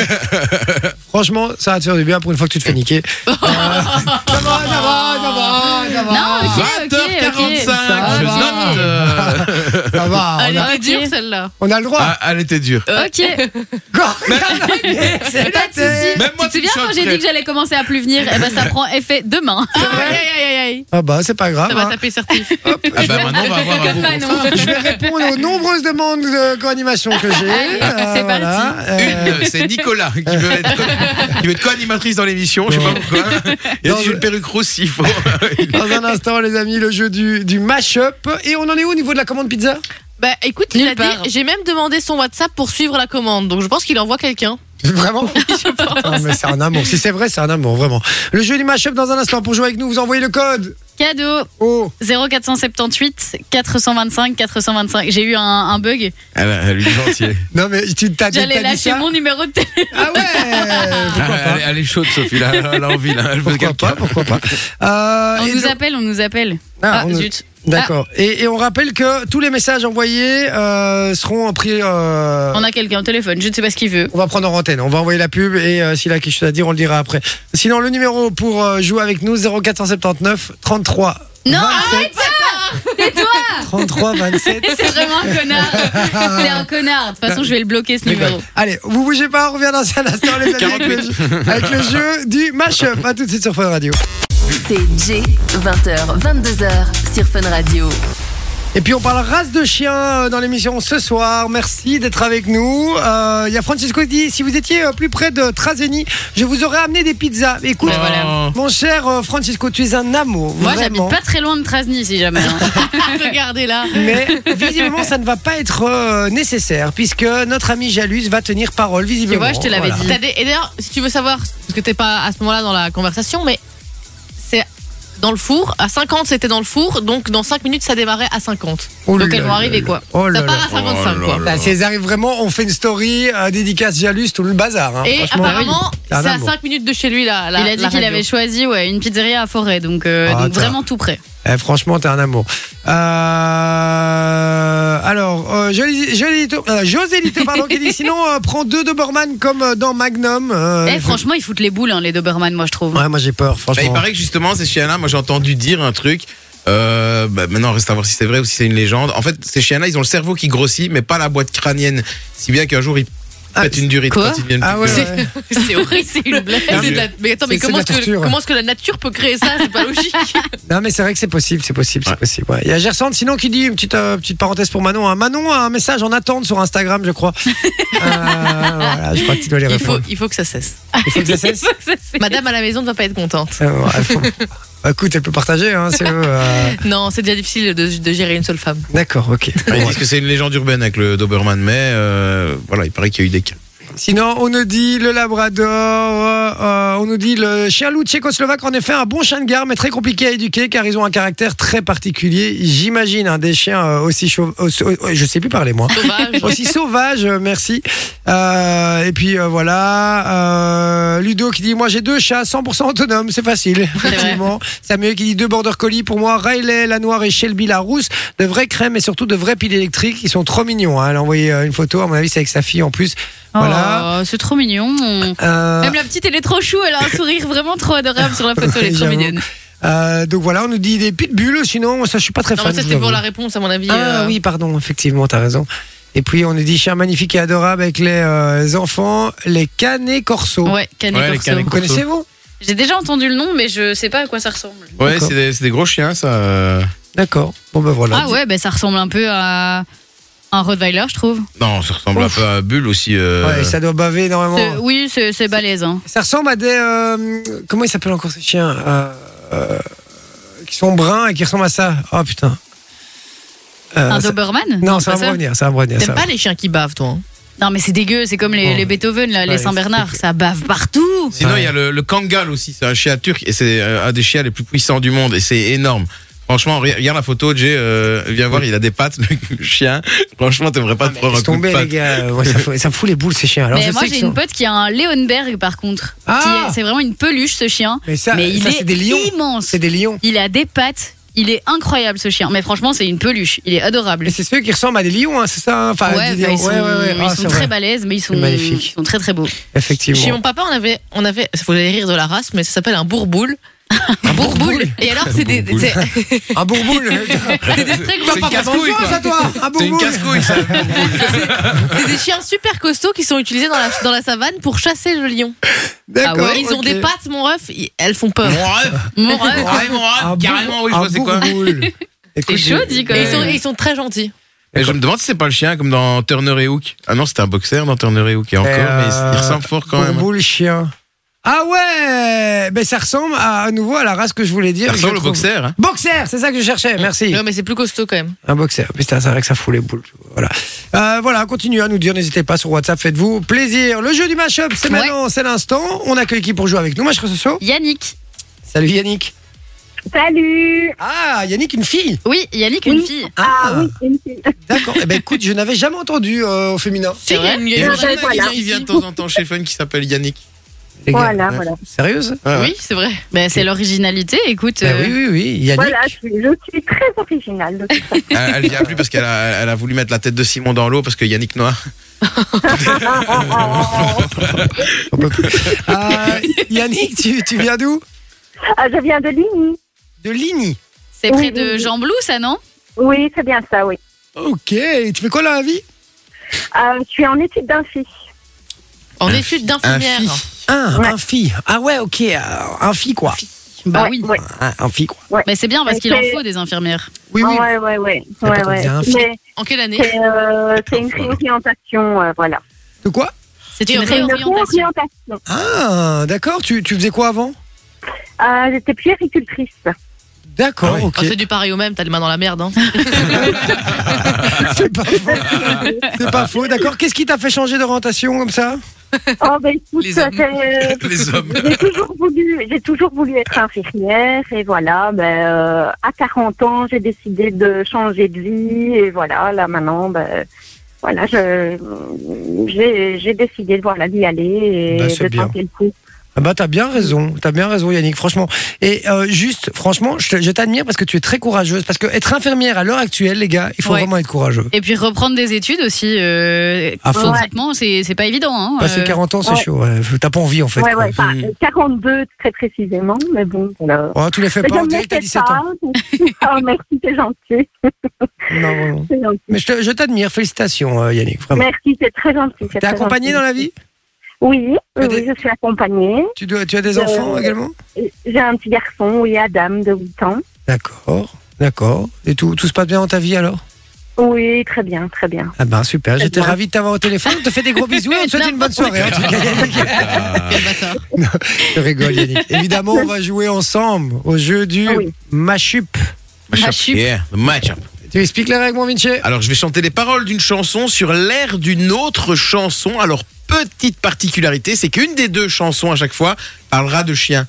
Speaker 1: Franchement, ça va te faire du bien pour une fois que tu te fais niquer. Euh, ça va, ça va,
Speaker 4: Oh,
Speaker 1: ça va, ça va.
Speaker 3: Non, Ah, ok, ok, ok.
Speaker 2: 20h45,
Speaker 1: Ça
Speaker 2: je
Speaker 1: va.
Speaker 2: note. euh,
Speaker 1: Ça va,
Speaker 4: Ah, Elle
Speaker 1: on
Speaker 4: est
Speaker 1: a,
Speaker 4: pas
Speaker 3: ok.
Speaker 4: dure celle-là.
Speaker 1: on a le droit.
Speaker 5: Ah, elle était dure.
Speaker 3: Ok,
Speaker 1: C'est
Speaker 3: pas de soucis.
Speaker 2: Même moi,
Speaker 3: tu te
Speaker 2: tu
Speaker 3: souviens quand
Speaker 2: choques,
Speaker 3: j'ai dit
Speaker 2: frère.
Speaker 3: que j'allais commencer à pluvenir Eh ben, ça prend effet demain.
Speaker 4: Aïe, aïe, aïe, aïe.
Speaker 1: Ah bah, c'est pas grave.
Speaker 4: Ça
Speaker 1: hein.
Speaker 4: va taper certif.
Speaker 2: Ah bah maintenant, on va avoir un beau
Speaker 3: Comme Manon.
Speaker 1: Je vais répondre aux nombreuses demandes de co-animation que j'ai.
Speaker 3: Allez, c'est parti.
Speaker 1: Euh,
Speaker 2: Une, c'est Nicolas qui veut être, qui veut être co-animatrice dans l'émission, je sais
Speaker 1: Ouais.
Speaker 2: pas pourquoi. Il a
Speaker 1: Non,
Speaker 2: dit
Speaker 1: je-
Speaker 2: j'ai une perruque rousse, il faut.
Speaker 1: Euh, Dans un instant, les amis, le jeu du, du mash-up. Et on en est où au niveau de la commande pizza
Speaker 4: Bah écoute,
Speaker 3: Nulle
Speaker 4: il a
Speaker 3: part.
Speaker 4: dit j'ai même demandé son WhatsApp pour suivre la commande. Donc je pense qu'il envoie quelqu'un.
Speaker 1: Vraiment Non, mais c'est un amour. Si c'est vrai, c'est un amour, vraiment. Le jeu du mash-up dans un instant. Pour jouer avec nous, vous envoyez le code.
Speaker 3: Cadeau
Speaker 1: Oh
Speaker 3: 0478 425 425. J'ai eu un, un bug.
Speaker 5: Elle, elle est gentille.
Speaker 1: Non, mais tu t'as t'as
Speaker 3: J'allais
Speaker 1: dit
Speaker 3: lâcher
Speaker 1: ça
Speaker 3: mon numéro de téléphone.
Speaker 1: Ah ouais Pourquoi
Speaker 5: Ah,
Speaker 1: pas
Speaker 5: elle, elle est chaude, Sophie. Là, elle a envie.
Speaker 2: hein,
Speaker 5: Là. Elle veut
Speaker 1: Pourquoi pas,
Speaker 5: quelqu'un.
Speaker 1: pourquoi pas. Euh,
Speaker 3: On
Speaker 1: et
Speaker 3: nous
Speaker 1: donc-
Speaker 3: appelle, on nous appelle.
Speaker 1: Ah,
Speaker 4: Ah,
Speaker 1: on nous-
Speaker 4: zut.
Speaker 1: D'accord.
Speaker 3: Ah.
Speaker 1: Et, et on rappelle que tous les messages envoyés euh, seront pris. euh,
Speaker 3: On a quelqu'un au téléphone, je ne sais pas ce qu'il veut.
Speaker 1: On va prendre en antenne, on va envoyer la pub et euh, s'il a quelque chose à dire, on le dira après. Sinon, le numéro pour euh, jouer avec nous, 0479 33
Speaker 3: Non,
Speaker 1: 27,
Speaker 3: Et toi
Speaker 1: 33 27.
Speaker 3: C'est vraiment un connard. C'est un connard. De toute façon, je vais le bloquer ce numéro.
Speaker 2: bah,
Speaker 1: Allez, vous bougez pas, on revient dans un instant, les amis, avec le, jeu- avec le jeu du match-up. A tout de suite sur Fun Radio.
Speaker 6: C'est J, 20h, 22h sur Fun Radio.
Speaker 1: Et puis, on parle race de chien euh, dans l'émission ce soir. Merci d'être avec nous. Euh, Il y a Francisco qui dit si vous étiez euh, plus près de Trazeni, je vous aurais amené des pizzas. Écoute,
Speaker 3: Ouais, voilà.
Speaker 1: mon cher euh, Francisco, tu es un amour.
Speaker 3: Moi,
Speaker 1: vraiment.
Speaker 3: j'habite pas très loin de Trasny, si jamais. hein.
Speaker 4: Regardez là.
Speaker 1: Mais visiblement, ça ne va pas être euh, nécessaire puisque notre ami Jalus va tenir parole,
Speaker 3: Tu
Speaker 1: visiblement.
Speaker 3: vois, je te l'avais
Speaker 1: Voilà.
Speaker 3: dit.
Speaker 4: T'as des- Et d'ailleurs, si tu veux savoir, parce que t'es pas à ce moment-là dans la conversation, mais c'est dans le four. À 50, c'était dans le four. Donc dans 5 minutes, ça démarrait à 50.
Speaker 1: Oh
Speaker 4: donc
Speaker 1: là
Speaker 4: elles vont
Speaker 1: là
Speaker 4: arriver,
Speaker 1: là
Speaker 4: quoi.
Speaker 1: là. Oh là
Speaker 4: ça
Speaker 1: là.
Speaker 4: part à 55,
Speaker 5: Oh là
Speaker 4: quoi.
Speaker 5: là.
Speaker 1: Bah, si elles arrivent vraiment, on fait une story, euh, dédicace Jalus, tout le bazar. hein.
Speaker 4: Et
Speaker 1: Franchement,
Speaker 4: apparemment,
Speaker 1: C'est un
Speaker 4: c'est à
Speaker 1: amour.
Speaker 4: 5 minutes de chez lui, là.
Speaker 3: Il a dit qu'il avait choisi ouais, une pizzeria à Forêt, donc, euh,
Speaker 1: Ah,
Speaker 3: donc
Speaker 1: tiens.
Speaker 3: vraiment tout près.
Speaker 1: eh, franchement, t'es un amour. Euh, Alors, euh, Jolie- Jolito- euh, José Lito, pardon, qui dit sinon, euh, prends deux Doberman comme euh, dans Magnum. euh,
Speaker 3: Eh, franchement, ils foutent les boules, hein, les Doberman, moi, je trouve.
Speaker 1: Ouais, moi j'ai peur,
Speaker 2: Bah, il
Speaker 1: franchement.
Speaker 2: paraît que justement, ces chiens-là, moi j'ai entendu dire un truc. Euh, bah, maintenant, reste à voir si c'est vrai ou si c'est une légende. En fait, ces chiens-là, ils ont le cerveau qui grossit, mais pas la boîte crânienne. Si bien qu'un jour, ils
Speaker 1: Ah,
Speaker 2: pètent une euh, durite
Speaker 3: quoi
Speaker 2: quand ils deviennent
Speaker 1: Ah
Speaker 2: plus
Speaker 1: ouais,
Speaker 2: petits.
Speaker 1: ouais.
Speaker 4: C'est horrible.
Speaker 3: C'est une blague.
Speaker 4: C'est de la- Mais attends, mais
Speaker 1: C'est- c'est de
Speaker 4: comment
Speaker 1: la
Speaker 4: est-ce que,
Speaker 1: torture.
Speaker 4: comment est-ce que la nature peut créer ça C'est pas logique.
Speaker 1: Non, mais c'est vrai que c'est possible, c'est possible, c'est
Speaker 2: Ouais.
Speaker 1: possible. ouais. Il y a Gersand, sinon, qui dit une petite, euh, petite parenthèse pour Manon. hein. Manon a un message en attente sur Instagram, je crois. Euh, voilà, je crois que tu dois les
Speaker 4: Il faut,
Speaker 1: répondre.
Speaker 4: il faut que ça cesse.
Speaker 1: Il faut que ça cesse.
Speaker 3: Faut que ça cesse.
Speaker 4: Madame à la maison ne va pas être contente.
Speaker 1: Euh, ouais, il faut- Bah, Écoute, elle peut partager, hein, si elle veut, euh,
Speaker 4: Non, c'est déjà difficile de, de gérer une seule femme.
Speaker 1: D'accord, ok.
Speaker 2: Enfin, Ils disent que c'est une légende urbaine avec le Doberman, mais euh, voilà, il paraît qu'il y a eu des cas.
Speaker 1: Sinon, on nous dit le Labrador, euh, euh, on nous dit le chien loup tchécoslovaque. En effet, un bon chien de garde, mais très compliqué à éduquer car ils ont un caractère très particulier. J'imagine hein, des chiens euh, aussi chauves. aussi- euh, je sais plus parler, moi.
Speaker 4: Sauvage.
Speaker 1: aussi sauvage, euh, merci. Euh, et puis euh, voilà, euh, Ludo qui dit moi j'ai deux chats 100% autonomes, c'est facile. Effectivement. Samuel qui dit deux border collie pour moi, Riley la noire et Shelby la rousse, de vraies crèmes et surtout de vraies piles électriques, ils sont trop mignons. hein. Elle a envoyé euh, une photo, à mon avis c'est avec sa fille en plus. Voilà.
Speaker 3: Oh, c'est trop mignon.
Speaker 1: Euh,
Speaker 3: Même la petite, elle est trop chou, elle a un sourire vraiment trop adorable sur la photo, elle est trop
Speaker 1: J'avoue.
Speaker 3: mignonne.
Speaker 1: euh, donc voilà, on nous dit des pitbulls, sinon ça je suis pas très
Speaker 4: Non,
Speaker 1: fan.
Speaker 4: mais ça
Speaker 1: je
Speaker 4: c'était
Speaker 1: vous
Speaker 4: pour
Speaker 1: avoue.
Speaker 4: la réponse à mon avis.
Speaker 1: Ah
Speaker 4: euh,
Speaker 1: oui, pardon, effectivement, t'as raison. Et puis on nous dit chien magnifique et adorable avec les euh, enfants, les canets corso.
Speaker 3: Ouais, Canet
Speaker 2: Ouais, les
Speaker 3: Corso.
Speaker 2: Canet
Speaker 1: Vous
Speaker 2: Corso.
Speaker 1: connaissez vous
Speaker 3: J'ai déjà entendu le nom, mais je sais pas à quoi ça ressemble.
Speaker 2: Ouais,
Speaker 1: D'accord.
Speaker 2: c'est des, c'est des gros chiens, ça. euh.
Speaker 1: D'accord. Bon ben voilà.
Speaker 3: Ah ouais, ben ça ressemble un peu à un Rottweiler, je trouve.
Speaker 2: Non, ça ressemble
Speaker 1: Ouf.
Speaker 2: un peu à Bulle aussi. euh.
Speaker 1: Ouais, ça doit baver énormément.
Speaker 3: C'est- Oui, c'est c'est balèze. hein.
Speaker 1: Ça ressemble à des. euh, comment ils s'appellent encore ces chiens Euh, euh, Qui sont bruns et qui ressemblent à ça. Oh putain. Euh,
Speaker 3: un
Speaker 1: ça-
Speaker 3: Doberman
Speaker 1: Non,
Speaker 3: c'est
Speaker 1: ça
Speaker 3: pas
Speaker 1: va me revenir, ça va me revenir. ça
Speaker 4: T'aimes
Speaker 1: va.
Speaker 4: pas les chiens qui bavent, toi hein
Speaker 3: Non, mais c'est dégueu, c'est comme les,
Speaker 1: Ouais.
Speaker 3: les Beethoven, là,
Speaker 1: Oh. Ouais,
Speaker 3: les Saint-Bernard, ça bave partout.
Speaker 2: Sinon, il
Speaker 1: Ouais.
Speaker 2: y a le, le Kangal aussi, c'est un chien turc et c'est euh, un des chiens les plus puissants du monde et c'est énorme. Franchement, re- regarde la photo, Jay, euh, viens voir, il a des pattes, le chien. Franchement, t'aimerais pas te prendre un
Speaker 1: Ah, Laisse
Speaker 2: coup de
Speaker 1: tomber, les
Speaker 2: patte.
Speaker 1: gars. Ouais, ça, fout- ça me fout les boules, ces chiens. Alors,
Speaker 3: mais
Speaker 1: je
Speaker 3: moi
Speaker 1: sais que
Speaker 3: j'ai
Speaker 1: ça-
Speaker 3: une pote qui a un Leonberg par contre.
Speaker 1: Ah
Speaker 3: Qui est- C'est vraiment une peluche ce chien.
Speaker 1: Mais ça,
Speaker 3: mais il
Speaker 1: ça,
Speaker 3: est,
Speaker 1: c'est des lions.
Speaker 3: immense.
Speaker 1: C'est des lions.
Speaker 3: Il a des pattes. Il est incroyable ce chien. Mais franchement c'est une peluche. Il est adorable.
Speaker 1: Mais c'est ceux qui ressemblent à des lions, hein, c'est ça hein Enfin,
Speaker 3: Ouais,
Speaker 1: des
Speaker 3: bah,
Speaker 1: lions.
Speaker 3: ils sont,
Speaker 1: Ouais, ouais, ouais.
Speaker 3: ils
Speaker 1: Ah,
Speaker 3: sont
Speaker 1: c'est
Speaker 3: très
Speaker 1: vrai.
Speaker 3: balèzes, mais ils sont,
Speaker 1: C'est magnifique.
Speaker 3: ils sont très très beaux.
Speaker 4: Chez
Speaker 1: Effectivement.
Speaker 4: mon papa, on avait, on avait, ça faut rire de la race, mais ça s'appelle un bourboule. Un bourboule. Et alors, c'est des,
Speaker 5: bourboule.
Speaker 4: c'est-
Speaker 1: Un bourboule.
Speaker 4: c'est des trucs
Speaker 5: C'est une casse-couille,
Speaker 1: Attention,
Speaker 5: quoi.
Speaker 1: ça, toi Un
Speaker 5: T'es une
Speaker 1: bourboule.
Speaker 5: casse-couille, ça.
Speaker 4: C'est des chiens super costauds qui sont utilisés dans la, dans la savane pour chasser le lion. Ah
Speaker 1: D'accord.
Speaker 4: ouais, ils ont
Speaker 1: ok.
Speaker 4: des pattes, mon ref, ils- elles font
Speaker 2: Mon
Speaker 4: peur.
Speaker 2: rêve,
Speaker 3: Mon
Speaker 2: mon
Speaker 1: Ah,
Speaker 3: rêve.
Speaker 2: rêve, mon rêve,
Speaker 1: Un
Speaker 2: carrément, oui, je
Speaker 1: bour-
Speaker 2: vois c'est quoi.
Speaker 1: un bourboule. Écoute, euh,
Speaker 3: chaud,
Speaker 1: j'ai-
Speaker 3: dit, quand
Speaker 4: Et
Speaker 3: même.
Speaker 4: ils sont, ils sont très gentils.
Speaker 2: Et je me demande si c'est pas le chien comme dans Turner et Hook. Ah non, c'était un boxeur dans Turner et Hook. Et encore, mais il-
Speaker 1: euh,
Speaker 2: il ressemble fort quand même.
Speaker 1: Bourboule chien. Ah ouais Ben ça ressemble à, à nouveau à la race que je voulais dire.
Speaker 2: Il
Speaker 1: Je
Speaker 2: ressemble au
Speaker 1: trouve-
Speaker 2: boxeur. hein.
Speaker 1: Boxer, c'est ça que je cherchais, merci.
Speaker 4: Ouais, mais c'est plus costaud quand même.
Speaker 1: Un boxer. Putain, c'est vrai que ça fout les boules. Voilà. Euh, voilà, continuez à nous dire, n'hésitez pas sur WhatsApp, faites-vous plaisir. Le jeu du match-up, c'est
Speaker 3: Ouais.
Speaker 1: maintenant, c'est l'instant. On accueille qui pour jouer avec nous Match Soso
Speaker 3: Yannick.
Speaker 1: Salut Yannick.
Speaker 7: Salut
Speaker 1: Ah, Yannick, une fille
Speaker 3: Oui, Yannick, une
Speaker 7: Oui.
Speaker 3: fille.
Speaker 7: Ah oui, une fille.
Speaker 1: D'accord. Eh ben écoute, je n'avais jamais entendu euh, au féminin.
Speaker 4: C'est
Speaker 3: vrai
Speaker 4: une, il y a
Speaker 2: Et
Speaker 4: une
Speaker 2: le
Speaker 7: voilà.
Speaker 2: chien
Speaker 4: journaliste qui vient
Speaker 2: qui vient
Speaker 4: ici.
Speaker 2: de temps en temps chez Fun qui s'appelle Yannick.
Speaker 1: Les gars.
Speaker 7: Voilà, voilà.
Speaker 1: Sérieuse
Speaker 2: Ouais, ouais.
Speaker 4: Oui, c'est vrai.
Speaker 3: Ben, c'est l'originalité, écoute.
Speaker 1: Ben
Speaker 3: euh,
Speaker 1: Oui, oui, oui. Yannick.
Speaker 7: Voilà, je suis, je suis très originale. de toute façon.
Speaker 2: Elle, elle vient plus parce qu'elle a, elle a voulu mettre la tête de Simon dans l'eau parce que Yannick Noir.
Speaker 1: On peut plus. Euh, Yannick, tu, tu viens d'où
Speaker 7: Ah, je viens de Ligny.
Speaker 1: De Ligny.
Speaker 3: C'est près
Speaker 7: Oui, oui,
Speaker 3: de
Speaker 7: oui.
Speaker 3: Jean Blou, ça, non
Speaker 7: Oui, c'est bien ça, oui.
Speaker 1: Ok. Tu fais quoi là, la vie
Speaker 7: Euh, je suis en étude d'un fils.
Speaker 4: En études d'infirmière.
Speaker 2: fils.
Speaker 1: Ah,
Speaker 7: Ouais.
Speaker 1: un fille. Ah ouais, ok. euh, un fille, quoi. Ah,
Speaker 3: Bah
Speaker 7: Ouais,
Speaker 3: oui.
Speaker 7: ouais.
Speaker 1: Un, un fille, quoi.
Speaker 3: Mais c'est bien parce qu'il en
Speaker 7: C'est-
Speaker 3: faut des infirmières.
Speaker 1: Oui, oui.
Speaker 7: Ah Ouais, ouais, ouais.
Speaker 1: par
Speaker 7: ouais,
Speaker 1: contre,
Speaker 7: ouais.
Speaker 1: c'est un fils.
Speaker 7: Mais
Speaker 4: En quelle année
Speaker 7: c'est euh, c'est une réorientation, euh, voilà.
Speaker 1: De quoi
Speaker 3: C'est une
Speaker 4: C'est
Speaker 7: C'est une
Speaker 3: réorientation.
Speaker 7: réorientation.
Speaker 1: Ah, d'accord. Tu, tu faisais quoi avant
Speaker 7: Euh, J'étais puéricultrice.
Speaker 1: D'accord,
Speaker 2: Ah ouais.
Speaker 1: ok.
Speaker 4: Ah, c'est du pareil au même, t'as les mains dans la merde. Hein.
Speaker 1: Ah, C'est pas faux. C'est pas faux, d'accord. Qu'est-ce qui t'a fait changer d'orientation comme ça
Speaker 7: Oh, ben écoute,
Speaker 4: Les hommes.
Speaker 7: c'est- euh,
Speaker 5: Les hommes.
Speaker 7: J'ai toujours voulu, j'ai toujours voulu être infirmière et voilà, ben, euh, à 40 ans, j'ai décidé de changer de vie et voilà, là maintenant, ben, voilà, je, j'ai, j'ai décidé de voilà d'y aller et
Speaker 1: Ben, c'est
Speaker 7: de
Speaker 1: bien.
Speaker 7: tenter le coup.
Speaker 1: Ah bah t'as bien raison, t'as bien raison Yannick, franchement. Et euh, juste, franchement, je te- je t'admire parce que tu es très courageuse. Parce que être infirmière à l'heure actuelle, les gars, il faut
Speaker 4: Ouais.
Speaker 1: vraiment être
Speaker 7: Euh,
Speaker 1: courageux.
Speaker 3: Et puis reprendre des études aussi. Euh,
Speaker 1: À fond.
Speaker 3: concrètement, c'est c'est pas évident. hein,
Speaker 1: Passer
Speaker 3: euh,
Speaker 1: 40 ans, c'est
Speaker 7: ouais.
Speaker 1: chaud. ouais. T'as pas envie en fait.
Speaker 7: ouais,
Speaker 1: quoi.
Speaker 7: ouais, enfin, 42 très précisément, mais bon, voilà.
Speaker 1: Oh, tu les fais
Speaker 7: Mais
Speaker 1: pas,
Speaker 7: je
Speaker 1: on
Speaker 7: ne
Speaker 1: dirait que t'as
Speaker 7: le fais
Speaker 1: 17
Speaker 7: pas.
Speaker 1: ans.
Speaker 7: oh, merci, c'est gentil,
Speaker 1: Non, vraiment.
Speaker 7: c'est gentil.
Speaker 1: Mais je te- je t'admire, félicitations euh, Yannick, vraiment.
Speaker 7: Merci, c'est très gentil. c'est
Speaker 1: T'es
Speaker 7: très
Speaker 1: accompagnée
Speaker 7: gentil.
Speaker 1: dans la vie
Speaker 7: Oui, oui,
Speaker 1: Des-
Speaker 7: oui, je suis accompagnée.
Speaker 1: tu, dois, tu as des
Speaker 7: Euh,
Speaker 1: enfants également
Speaker 7: J'ai un petit garçon, oui, Adam, de 8 ans.
Speaker 1: D'accord, d'accord. Et tout, tout se passe bien dans ta vie alors
Speaker 7: Oui, très bien, très bien.
Speaker 1: Ah ben super, j'étais
Speaker 7: bien.
Speaker 1: ravi de t'avoir au téléphone. On te fait des gros bisous et on te souhaite une bonne soirée. en tout cas, Yannick.
Speaker 2: Ah,
Speaker 4: Quel bâtard.
Speaker 1: Je rigole, Yannick. Évidemment, on va jouer ensemble au jeu du
Speaker 7: Ah oui.
Speaker 1: mashup.
Speaker 3: Mashup.
Speaker 2: Yeah, the match-up.
Speaker 1: Tu expliques les règles, mon Vinci
Speaker 2: Alors, je vais chanter les paroles d'une chanson sur l'air d'une autre chanson. Alors, petite particularité, c'est qu'une des deux chansons à chaque fois parlera de chien.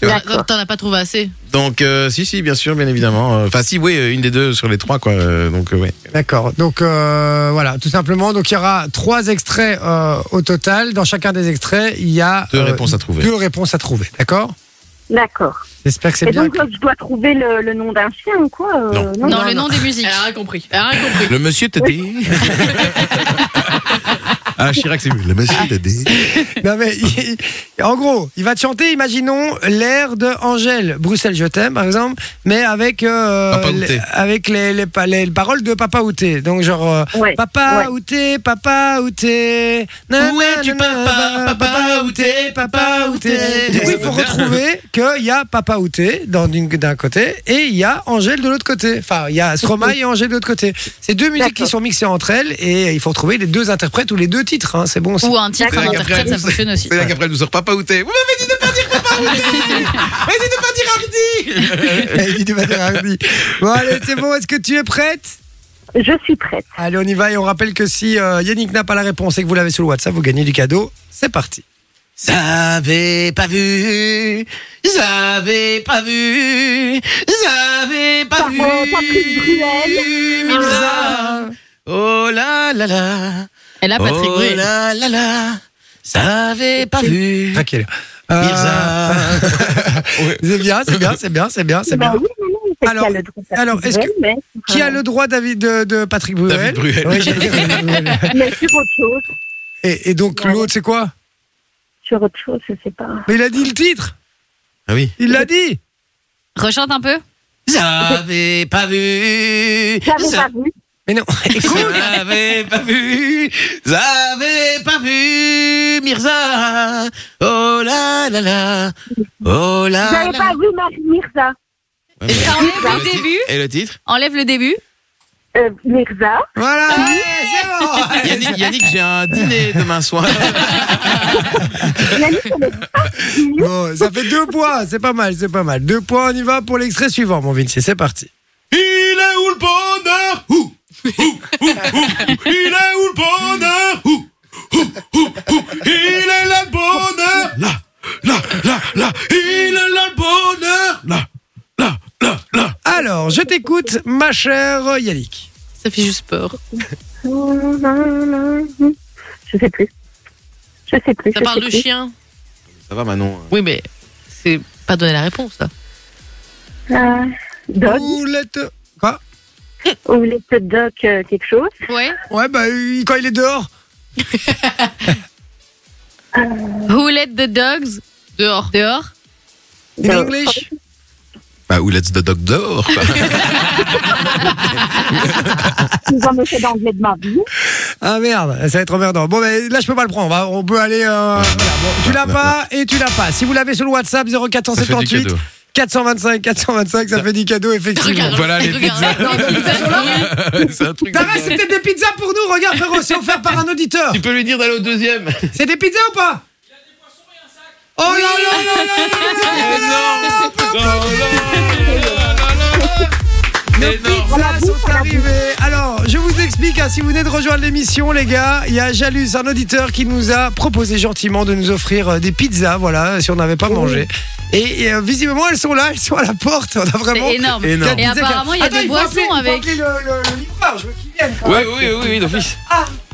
Speaker 4: T'en
Speaker 7: D'accord.
Speaker 4: t'en as pas trouvé assez.
Speaker 2: Donc, euh, si, si, bien sûr, bien évidemment. Euh, Enfin, si, oui, euh, une des deux sur les trois, quoi. Euh, donc, euh, ouais.
Speaker 1: D'accord. Donc euh, voilà, tout simplement. Donc il y aura trois extraits euh, au total. Dans chacun des extraits, il y a euh,
Speaker 2: Deux réponses à trouver.
Speaker 1: Deux réponses à trouver. D'accord.
Speaker 7: D'accord.
Speaker 1: J'espère que c'est
Speaker 7: Et
Speaker 1: bien.
Speaker 7: donc, je dois trouver le, le nom d'un chien ou quoi euh,
Speaker 2: Non.
Speaker 3: Dans
Speaker 1: Non,
Speaker 3: le nom des musiques.
Speaker 4: Elle a rien compris. Elle a rien compris.
Speaker 2: Le monsieur Teddy. ah, Chirac, c'est mieux. Le monsieur Teddy.
Speaker 1: Non, mais il- il- en gros, il va te chanter. Imaginons l'air de Angèle, Bruxelles, je t'aime, par exemple, mais avec euh,
Speaker 2: Papa Outé.
Speaker 1: les- avec les, les, pa- les paroles de Papa Outé. Donc genre. euh,
Speaker 7: Ouais.
Speaker 1: Papa
Speaker 7: Ouais.
Speaker 1: outé, papa outé.
Speaker 2: Où es-tu, papa Papa outé, papa outé.
Speaker 1: Du coup, il faut retrouver qu'il y a papa outé dans une- d'un côté et il y a Angèle de l'autre côté. Enfin, il y a Stromae et Angèle de l'autre côté. C'est deux musiques qui
Speaker 7: D'accord.
Speaker 1: sont mixées entre elles et il faut retrouver les deux interprètes ou les deux titres. hein. C'est bon. aussi.
Speaker 3: Ou un titre, un
Speaker 7: D'accord.
Speaker 3: interprète, ça fonctionne aussi.
Speaker 2: C'est là qu'après, elle nous sort Papa Outé. Vous m'avez dit de pas dire Papa Outé Mais de pas dire Hardy
Speaker 1: Elle dit Eh, de manière hardie. Bon, allez, c'est bon. Est-ce que tu es prête
Speaker 7: Je suis prête.
Speaker 1: Allez, on y va et on rappelle que si euh, Yannick n'a pas la réponse et que vous l'avez sous le WhatsApp, vous gagnez du cadeau. C'est parti.
Speaker 8: J'avais pas vu, j'avais pas vu, j'avais pas vu.
Speaker 7: Pardon, Patrick Bruel.
Speaker 8: Mirza. Oh là là là,
Speaker 3: Et là, Patrick
Speaker 8: oh
Speaker 3: Bruel.
Speaker 8: là là là, j'avais pas vu.
Speaker 1: Tranquille. Euh,
Speaker 8: Mirza.
Speaker 2: Ah.
Speaker 1: c'est bien, c'est bien, c'est bien, c'est bien, c'est
Speaker 7: Bah
Speaker 1: bien.
Speaker 7: oui, non, non, c'est
Speaker 1: Alors-
Speaker 7: qu'il y a le droit de
Speaker 1: alors,
Speaker 7: faire
Speaker 1: est-ce
Speaker 7: ce
Speaker 1: que-
Speaker 7: qu'ils veulent, mais-
Speaker 1: Qui a le droit David, de, de Patrick Bruel
Speaker 5: David Bruel.
Speaker 1: Oui, j'ai dit David Bruel.
Speaker 7: euh, Mais sur autre chose,
Speaker 1: et, et donc
Speaker 7: Ouais.
Speaker 1: l'autre, c'est quoi
Speaker 7: sur autre chose, je sais pas.
Speaker 1: Mais il a dit le titre
Speaker 5: Ah oui.
Speaker 1: Il l'a dit
Speaker 3: Rechante un peu.
Speaker 8: J'avais pas vu,
Speaker 7: J'avais pas
Speaker 1: Euh,
Speaker 7: vu.
Speaker 1: Mais non, écoute
Speaker 8: J'avais pas vu, j'avais pas vu Mirza. Oh là là là, oh là
Speaker 7: J'avais
Speaker 8: là.
Speaker 7: pas vu Marie Mirza.
Speaker 3: Et
Speaker 4: Bah,
Speaker 3: ça enlève
Speaker 5: Et
Speaker 3: le
Speaker 5: titre-
Speaker 3: début.
Speaker 5: Et le titre
Speaker 3: Enlève le début.
Speaker 7: Euh, Mirza.
Speaker 2: Ah
Speaker 1: Voilà
Speaker 2: Yannick, Yannick, j'ai un dîner demain soir.
Speaker 7: Yannick, on est pas vus.
Speaker 1: Bon, ça fait deux points, c'est pas mal, c'est pas mal. Deux points, on y va pour l'extrait suivant, mon Vinci, c'est parti.
Speaker 2: Il est où le bonheur Ouh, ouh, ouh, ouh. Il est où le bonheur Ouh, ouh, ouh, ouh. Il est là le bonheur Là, là, là, là. Il est là le bonheur Là, là, là, là.
Speaker 1: Alors, je t'écoute, ma chère Yannick.
Speaker 4: Ça fait juste peur.
Speaker 7: Je sais plus. Je sais plus.
Speaker 4: Ça
Speaker 7: je
Speaker 4: parle
Speaker 7: sais
Speaker 4: de
Speaker 7: plus.
Speaker 4: chien.
Speaker 2: Ça va Manon
Speaker 4: Oui, mais c'est pas donner la réponse, ça.
Speaker 7: Euh, Dog,
Speaker 1: Roulette. Quoi Oh.
Speaker 7: ou les petits Dog euh, quelque chose.
Speaker 3: Ouais.
Speaker 1: Ouais, bah, il- quand il est dehors.
Speaker 3: Who let the dogs dehors Dehors.
Speaker 1: In
Speaker 7: Dehors.
Speaker 1: English
Speaker 5: Bah, ou Let's the Dog Door.
Speaker 7: Ils ont me fait d'anglais de ma vie.
Speaker 1: Ah merde, ça va être emmerdant. Bon, mais là, je peux pas le prendre. hein. On peut aller. euh, voilà. Bon, tu l'as pas et tu l'as pas. Si vous l'avez sur le WhatsApp
Speaker 5: Ça fait du
Speaker 1: 0478
Speaker 5: cadeau.
Speaker 1: 425 425, ça fait 10 cadeaux, effectivement.
Speaker 4: Regarde,
Speaker 5: Voilà les
Speaker 4: regarde.
Speaker 5: C'est un truc.
Speaker 1: T'arrêtes, c'est peut-être des pizzas pour nous. Regarde, frérot, c'est offert par un auditeur.
Speaker 2: Tu peux lui dire d'aller au deuxième
Speaker 1: C'est des pizzas ou pas Il a des poissons et un sac. Oh là là là là là là là Nos pizzas sont arrivées. Alors, je vous explique, hein, si vous venez de rejoindre l'émission, les gars, il y a Jalus, un auditeur qui nous a proposé gentiment de nous offrir euh, des pizzas, voilà, si on n'avait
Speaker 3: Oh.
Speaker 1: pas mangé. Et, et, euh, visiblement, elles sont là, elles sont à la porte. On a vraiment.
Speaker 3: C'est énorme.
Speaker 5: Énorme.
Speaker 3: Et apparemment, il y a
Speaker 1: Attends,
Speaker 3: des
Speaker 1: faut appeler-
Speaker 3: boissons
Speaker 1: il faut
Speaker 3: avec.
Speaker 1: appeler le, le, le livreur, je veux qu'il vienne. quand
Speaker 2: Oui,
Speaker 1: même.
Speaker 2: oui, oui, oui, d'office.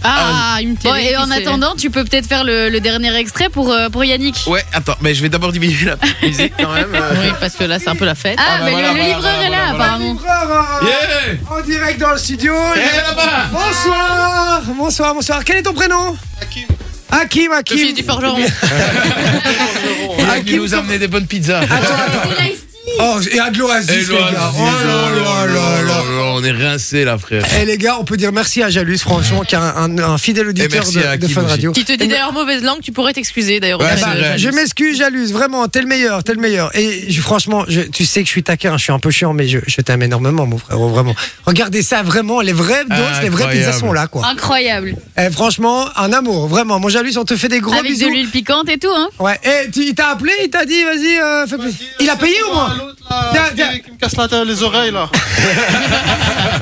Speaker 4: Ah, une petite.
Speaker 3: Bon, et en attendant, tu peux peut-être faire le, le dernier extrait pour, euh, pour Yannick.
Speaker 2: Ouais, attends, mais je vais d'abord diminuer la musique quand même. euh.
Speaker 4: Oui, parce que là, c'est un peu la fête.
Speaker 3: Ah,
Speaker 2: bah
Speaker 3: mais
Speaker 2: voilà,
Speaker 3: le, le
Speaker 2: voilà,
Speaker 3: livreur
Speaker 2: voilà,
Speaker 3: est là,
Speaker 2: voilà, voilà.
Speaker 3: apparemment.
Speaker 1: Livreur, euh,
Speaker 2: Yeah
Speaker 1: En direct dans le studio.
Speaker 2: Et Eh,
Speaker 8: Eh,
Speaker 2: là-bas
Speaker 1: Bonsoir, bonsoir, bonsoir. Quel est ton prénom Hakim. Hakim,
Speaker 4: Le fils
Speaker 1: Hakim.
Speaker 4: du forgeron.
Speaker 2: Ah, qui nous a amené des bonnes pizzas Eh,
Speaker 1: Oh, et à de l'Oasis,
Speaker 2: Et
Speaker 1: les
Speaker 2: là,
Speaker 1: gars.
Speaker 2: dis-
Speaker 1: Oh là là là là.
Speaker 2: On est rincés là, frère.
Speaker 1: Eh les gars, on peut dire merci à Jalus, franchement, qui est un, un- un fidèle auditeur
Speaker 2: merci à
Speaker 1: de, de
Speaker 2: Hakim
Speaker 1: Fun
Speaker 2: aussi.
Speaker 1: Radio.
Speaker 4: Qui te dit d'ailleurs mauvaise langue, tu pourrais t'excuser d'ailleurs.
Speaker 2: Ouais,
Speaker 4: auprès
Speaker 2: c'est
Speaker 4: de-
Speaker 2: vrai.
Speaker 1: Je m'excuse, Jalus, vraiment, t'es le meilleur, t'es le meilleur. Et je- franchement, je- tu sais que je suis taquin, je suis un peu chiant, mais je, je t'aime énormément, mon frère, vraiment. Regardez ça, vraiment, les vrais doses, les vraies
Speaker 2: Incroyable.
Speaker 1: pizzas sont là, quoi.
Speaker 3: Incroyable.
Speaker 1: Eh, franchement, un amour, vraiment. Mon Jalus, on te fait des gros
Speaker 3: Avec de
Speaker 1: bisous.
Speaker 3: l'huile piquante et tout, hein.
Speaker 1: Ouais, et tu, il t'a appelé, il t'a dit, vas-y, euh, fais plaisir. Il a payé au moins Tiens, tiens.
Speaker 9: Qui me casse la tête, les oreilles là.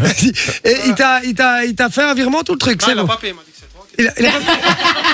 Speaker 1: Vas-y. Et il t'a, il t'a, il t'a fait un virement, tout le truc,
Speaker 9: Non,
Speaker 1: c'est
Speaker 9: il a
Speaker 1: bon.
Speaker 9: pas payé, il m'a dit que c'est bon.
Speaker 1: Il a- il a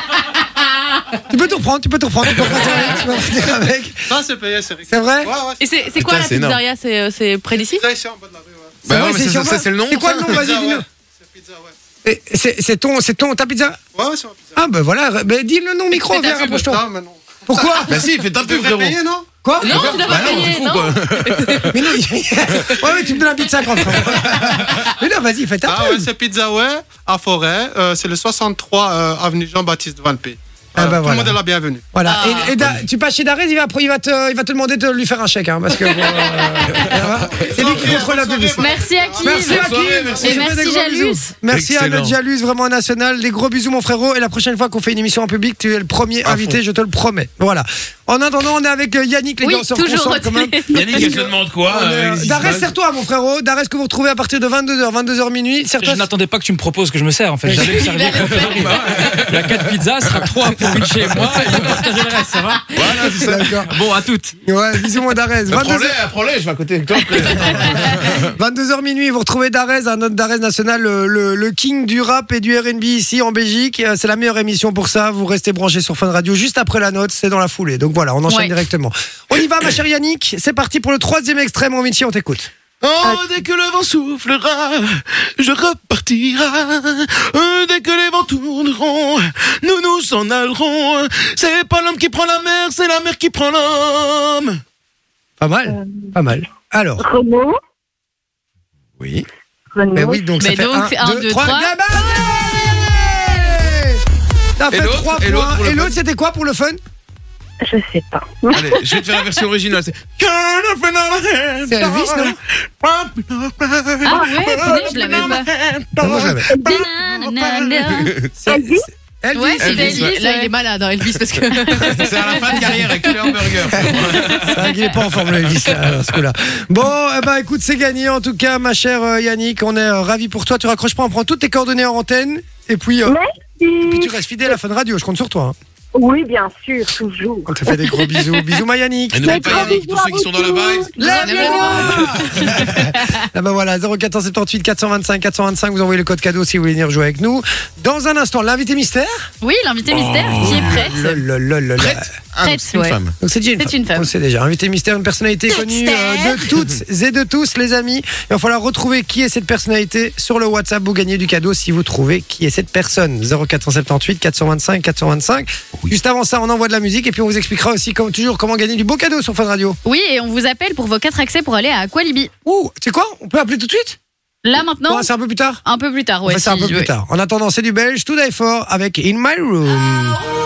Speaker 1: pas- tu peux tout reprendre, tu peux tout reprendre, tu peux repartir avec, tu peux repartir avec.
Speaker 9: Ça, c'est payé, c'est réglé.
Speaker 1: C'est vrai
Speaker 9: Ouais, ouais,
Speaker 4: Et
Speaker 9: c'est
Speaker 4: c'est c'est
Speaker 2: Putain,
Speaker 4: quoi la
Speaker 2: c'est énorme.
Speaker 4: pizzeria C'est euh, c'est près d'ici
Speaker 9: pizza ici en bas de la rue. Ouais.
Speaker 1: C'est vrai,
Speaker 2: Bah ouais, mais c'est-
Speaker 1: sur
Speaker 2: ça,
Speaker 1: quoi
Speaker 2: c'est le nom,
Speaker 1: C'est quoi
Speaker 2: ça
Speaker 1: le nom Vas-y,
Speaker 9: Pizza,
Speaker 1: dis-nous.
Speaker 9: ouais. C'est pizza, ouais.
Speaker 1: Et C'est c'est ton, c'est ton, ta pizza
Speaker 9: Ouais, ouais, c'est ma pizza.
Speaker 1: Ah ben voilà, ben dis le nom au micro, viens, rapproche-toi.
Speaker 9: Non, mais non.
Speaker 1: Pourquoi
Speaker 2: Bah si, fais ta
Speaker 9: Tu
Speaker 2: pub,
Speaker 9: devrais
Speaker 2: frérot.
Speaker 9: payer, non
Speaker 1: Quoi
Speaker 4: Non, tu dois pas
Speaker 2: Bah non, t'es
Speaker 4: payer,
Speaker 2: fou,
Speaker 4: non.
Speaker 2: quoi.
Speaker 1: Mais non, il- ouais, mais tu me donnes un pizza quand même. Mais non, vas-y, fais ta
Speaker 9: Ah ouais,
Speaker 1: pub.
Speaker 9: c'est Pizza Ouais à Forêt. Euh, c'est le 63 euh, avenue Jean-Baptiste Van P.
Speaker 1: Ah, bah,
Speaker 9: Tout le
Speaker 1: voilà.
Speaker 9: monde est la bienvenue.
Speaker 1: Voilà.
Speaker 4: Ah.
Speaker 1: Et, et Da- tu passes chez Darès, il va, il, va te, il va te demander de lui faire un chèque, hein, parce que. euh, voilà. c'est lui qui contrôle la publicité.
Speaker 3: Merci à qui
Speaker 1: Merci à qui
Speaker 3: Et
Speaker 1: On te fait
Speaker 3: merci,
Speaker 1: des gros
Speaker 3: Jalus.
Speaker 1: bisous. Merci à notre
Speaker 5: Excellent.
Speaker 1: Jalus, vraiment national. Des gros bisous, mon frérot. Et la prochaine fois qu'on fait une émission en public, tu es le premier invité, je te le promets. Voilà. En attendant, on est avec euh, Yannick, les
Speaker 3: Oui,
Speaker 1: danseurs
Speaker 3: toujours Ah,
Speaker 1: consents, quand même.
Speaker 3: retenez.
Speaker 10: Yannick, elle se demande quoi
Speaker 1: On est,
Speaker 10: euh,
Speaker 1: euh,
Speaker 10: qu'est-ce qui se
Speaker 1: Darès,
Speaker 10: passe
Speaker 1: serre-toi, mon frérot. Darès, que vous retrouvez à partir de 22h, 22h minuit. Serre-toi.
Speaker 10: Je n'attendais pas que tu me proposes que je me sers en fait. J'allais me servir. La 4 pizzas sera 3 pour une chez moi et vous partagez le reste, ça va
Speaker 1: Voilà, c'est ça. D'accord.
Speaker 10: Bon, à toutes.
Speaker 1: Ouais, bisous, moi, Darès. 22h.
Speaker 2: prends-les, je vais à côté de toi.
Speaker 1: 22h minuit, vous retrouvez Darès, un autre Darès national, le, le- le king du rap et du RB ici en Belgique. Euh, C'est la meilleure émission pour ça. Vous restez branchés sur Fun Radio juste après la note, c'est dans la foulée. Donc voilà, on enchaîne
Speaker 3: Ouais.
Speaker 1: directement. On y va, ma chère Yannick. C'est parti pour le troisième extrait, mon Vinci, on t'écoute.
Speaker 8: Oh, dès que le vent soufflera, je repartira. Euh, Dès que les vents tourneront, nous nous en allerons. C'est pas l'homme qui prend la mer, c'est la mer qui prend l'homme.
Speaker 1: Pas mal,
Speaker 3: Euh,
Speaker 1: pas mal. Alors,
Speaker 7: Renaud
Speaker 5: Oui.
Speaker 7: Renaud.
Speaker 2: Ben
Speaker 1: mais oui, donc ça
Speaker 3: Mais
Speaker 1: fait
Speaker 3: donc,
Speaker 1: 1,
Speaker 3: un,
Speaker 1: 2,
Speaker 3: deux,
Speaker 1: 3.
Speaker 3: trois.
Speaker 1: T'as
Speaker 2: Et
Speaker 1: fait
Speaker 2: l'autre
Speaker 1: 3
Speaker 2: Et l'autre
Speaker 1: points.
Speaker 2: pour le
Speaker 1: Et
Speaker 2: fun
Speaker 1: l'autre, c'était quoi pour le fun
Speaker 7: Je sais pas.
Speaker 2: Allez, je vais te faire la version originale. C'est
Speaker 1: C'est Elvis, non
Speaker 3: Ah ouais, punaise, je l'avais pas.
Speaker 1: Non, moi, je l'avais.
Speaker 7: Elvis
Speaker 1: Elvis.
Speaker 3: Ouais, c'est
Speaker 2: Elvis,
Speaker 3: Elvis.
Speaker 4: Là, il
Speaker 3: ouais.
Speaker 4: est malade, hein, Elvis, parce que.
Speaker 2: C'est à la fin de carrière avec Killer Burger.
Speaker 1: C'est vrai qu'il Ah, est pas en forme, le Elvis, là, alors, euh, ce coup-là. Bon, eh ben, écoute, c'est gagné, en tout cas, ma chère euh, Yannick. On est ravi ravis pour toi. Tu raccroches pas, on prend toutes tes coordonnées en antenne. Et puis, euh, et puis tu restes fidèle à Fun Radio. Je compte sur toi. hein.
Speaker 7: Oui, bien sûr, toujours.
Speaker 1: On te fait des gros bisous. Bisous, ma Yannick.
Speaker 2: Et n'oublie pas Yannick, tous ceux qui sont dans le vibe.
Speaker 1: Ah ben voilà, 0478 425 425. Vous envoyez le code cadeau si vous voulez venir jouer avec nous. Dans un instant, l'invité mystère.
Speaker 3: Oui, l'invité mystère qui est prête.
Speaker 1: Prête
Speaker 3: Prête, ouais.
Speaker 1: Donc c'est déjà une,
Speaker 3: C'est une femme.
Speaker 1: On le sait déjà. Invité mystère, une personnalité connue euh, de toutes et de tous, les amis. Il va falloir retrouver qui est cette personnalité sur le WhatsApp. Vous gagnez du cadeau si vous trouvez qui est cette personne. 0478 425 425. Juste avant ça, on envoie de la musique et puis on vous expliquera aussi, comme toujours, comment gagner du beau cadeau sur Fun Radio.
Speaker 3: Oui, et on vous appelle pour vos quatre accès pour aller à Aqualibi.
Speaker 1: Ouh, tu sais quoi On peut appeler tout de suite
Speaker 3: Là maintenant,
Speaker 1: Ouais, C'est un peu plus tard
Speaker 3: un peu plus tard. Ouais,
Speaker 1: Enfin, c'est un
Speaker 3: si,
Speaker 1: peu plus
Speaker 3: ouais.
Speaker 1: tard. En attendant, c'est du belge, tout d'ailleurs fort avec In My Room.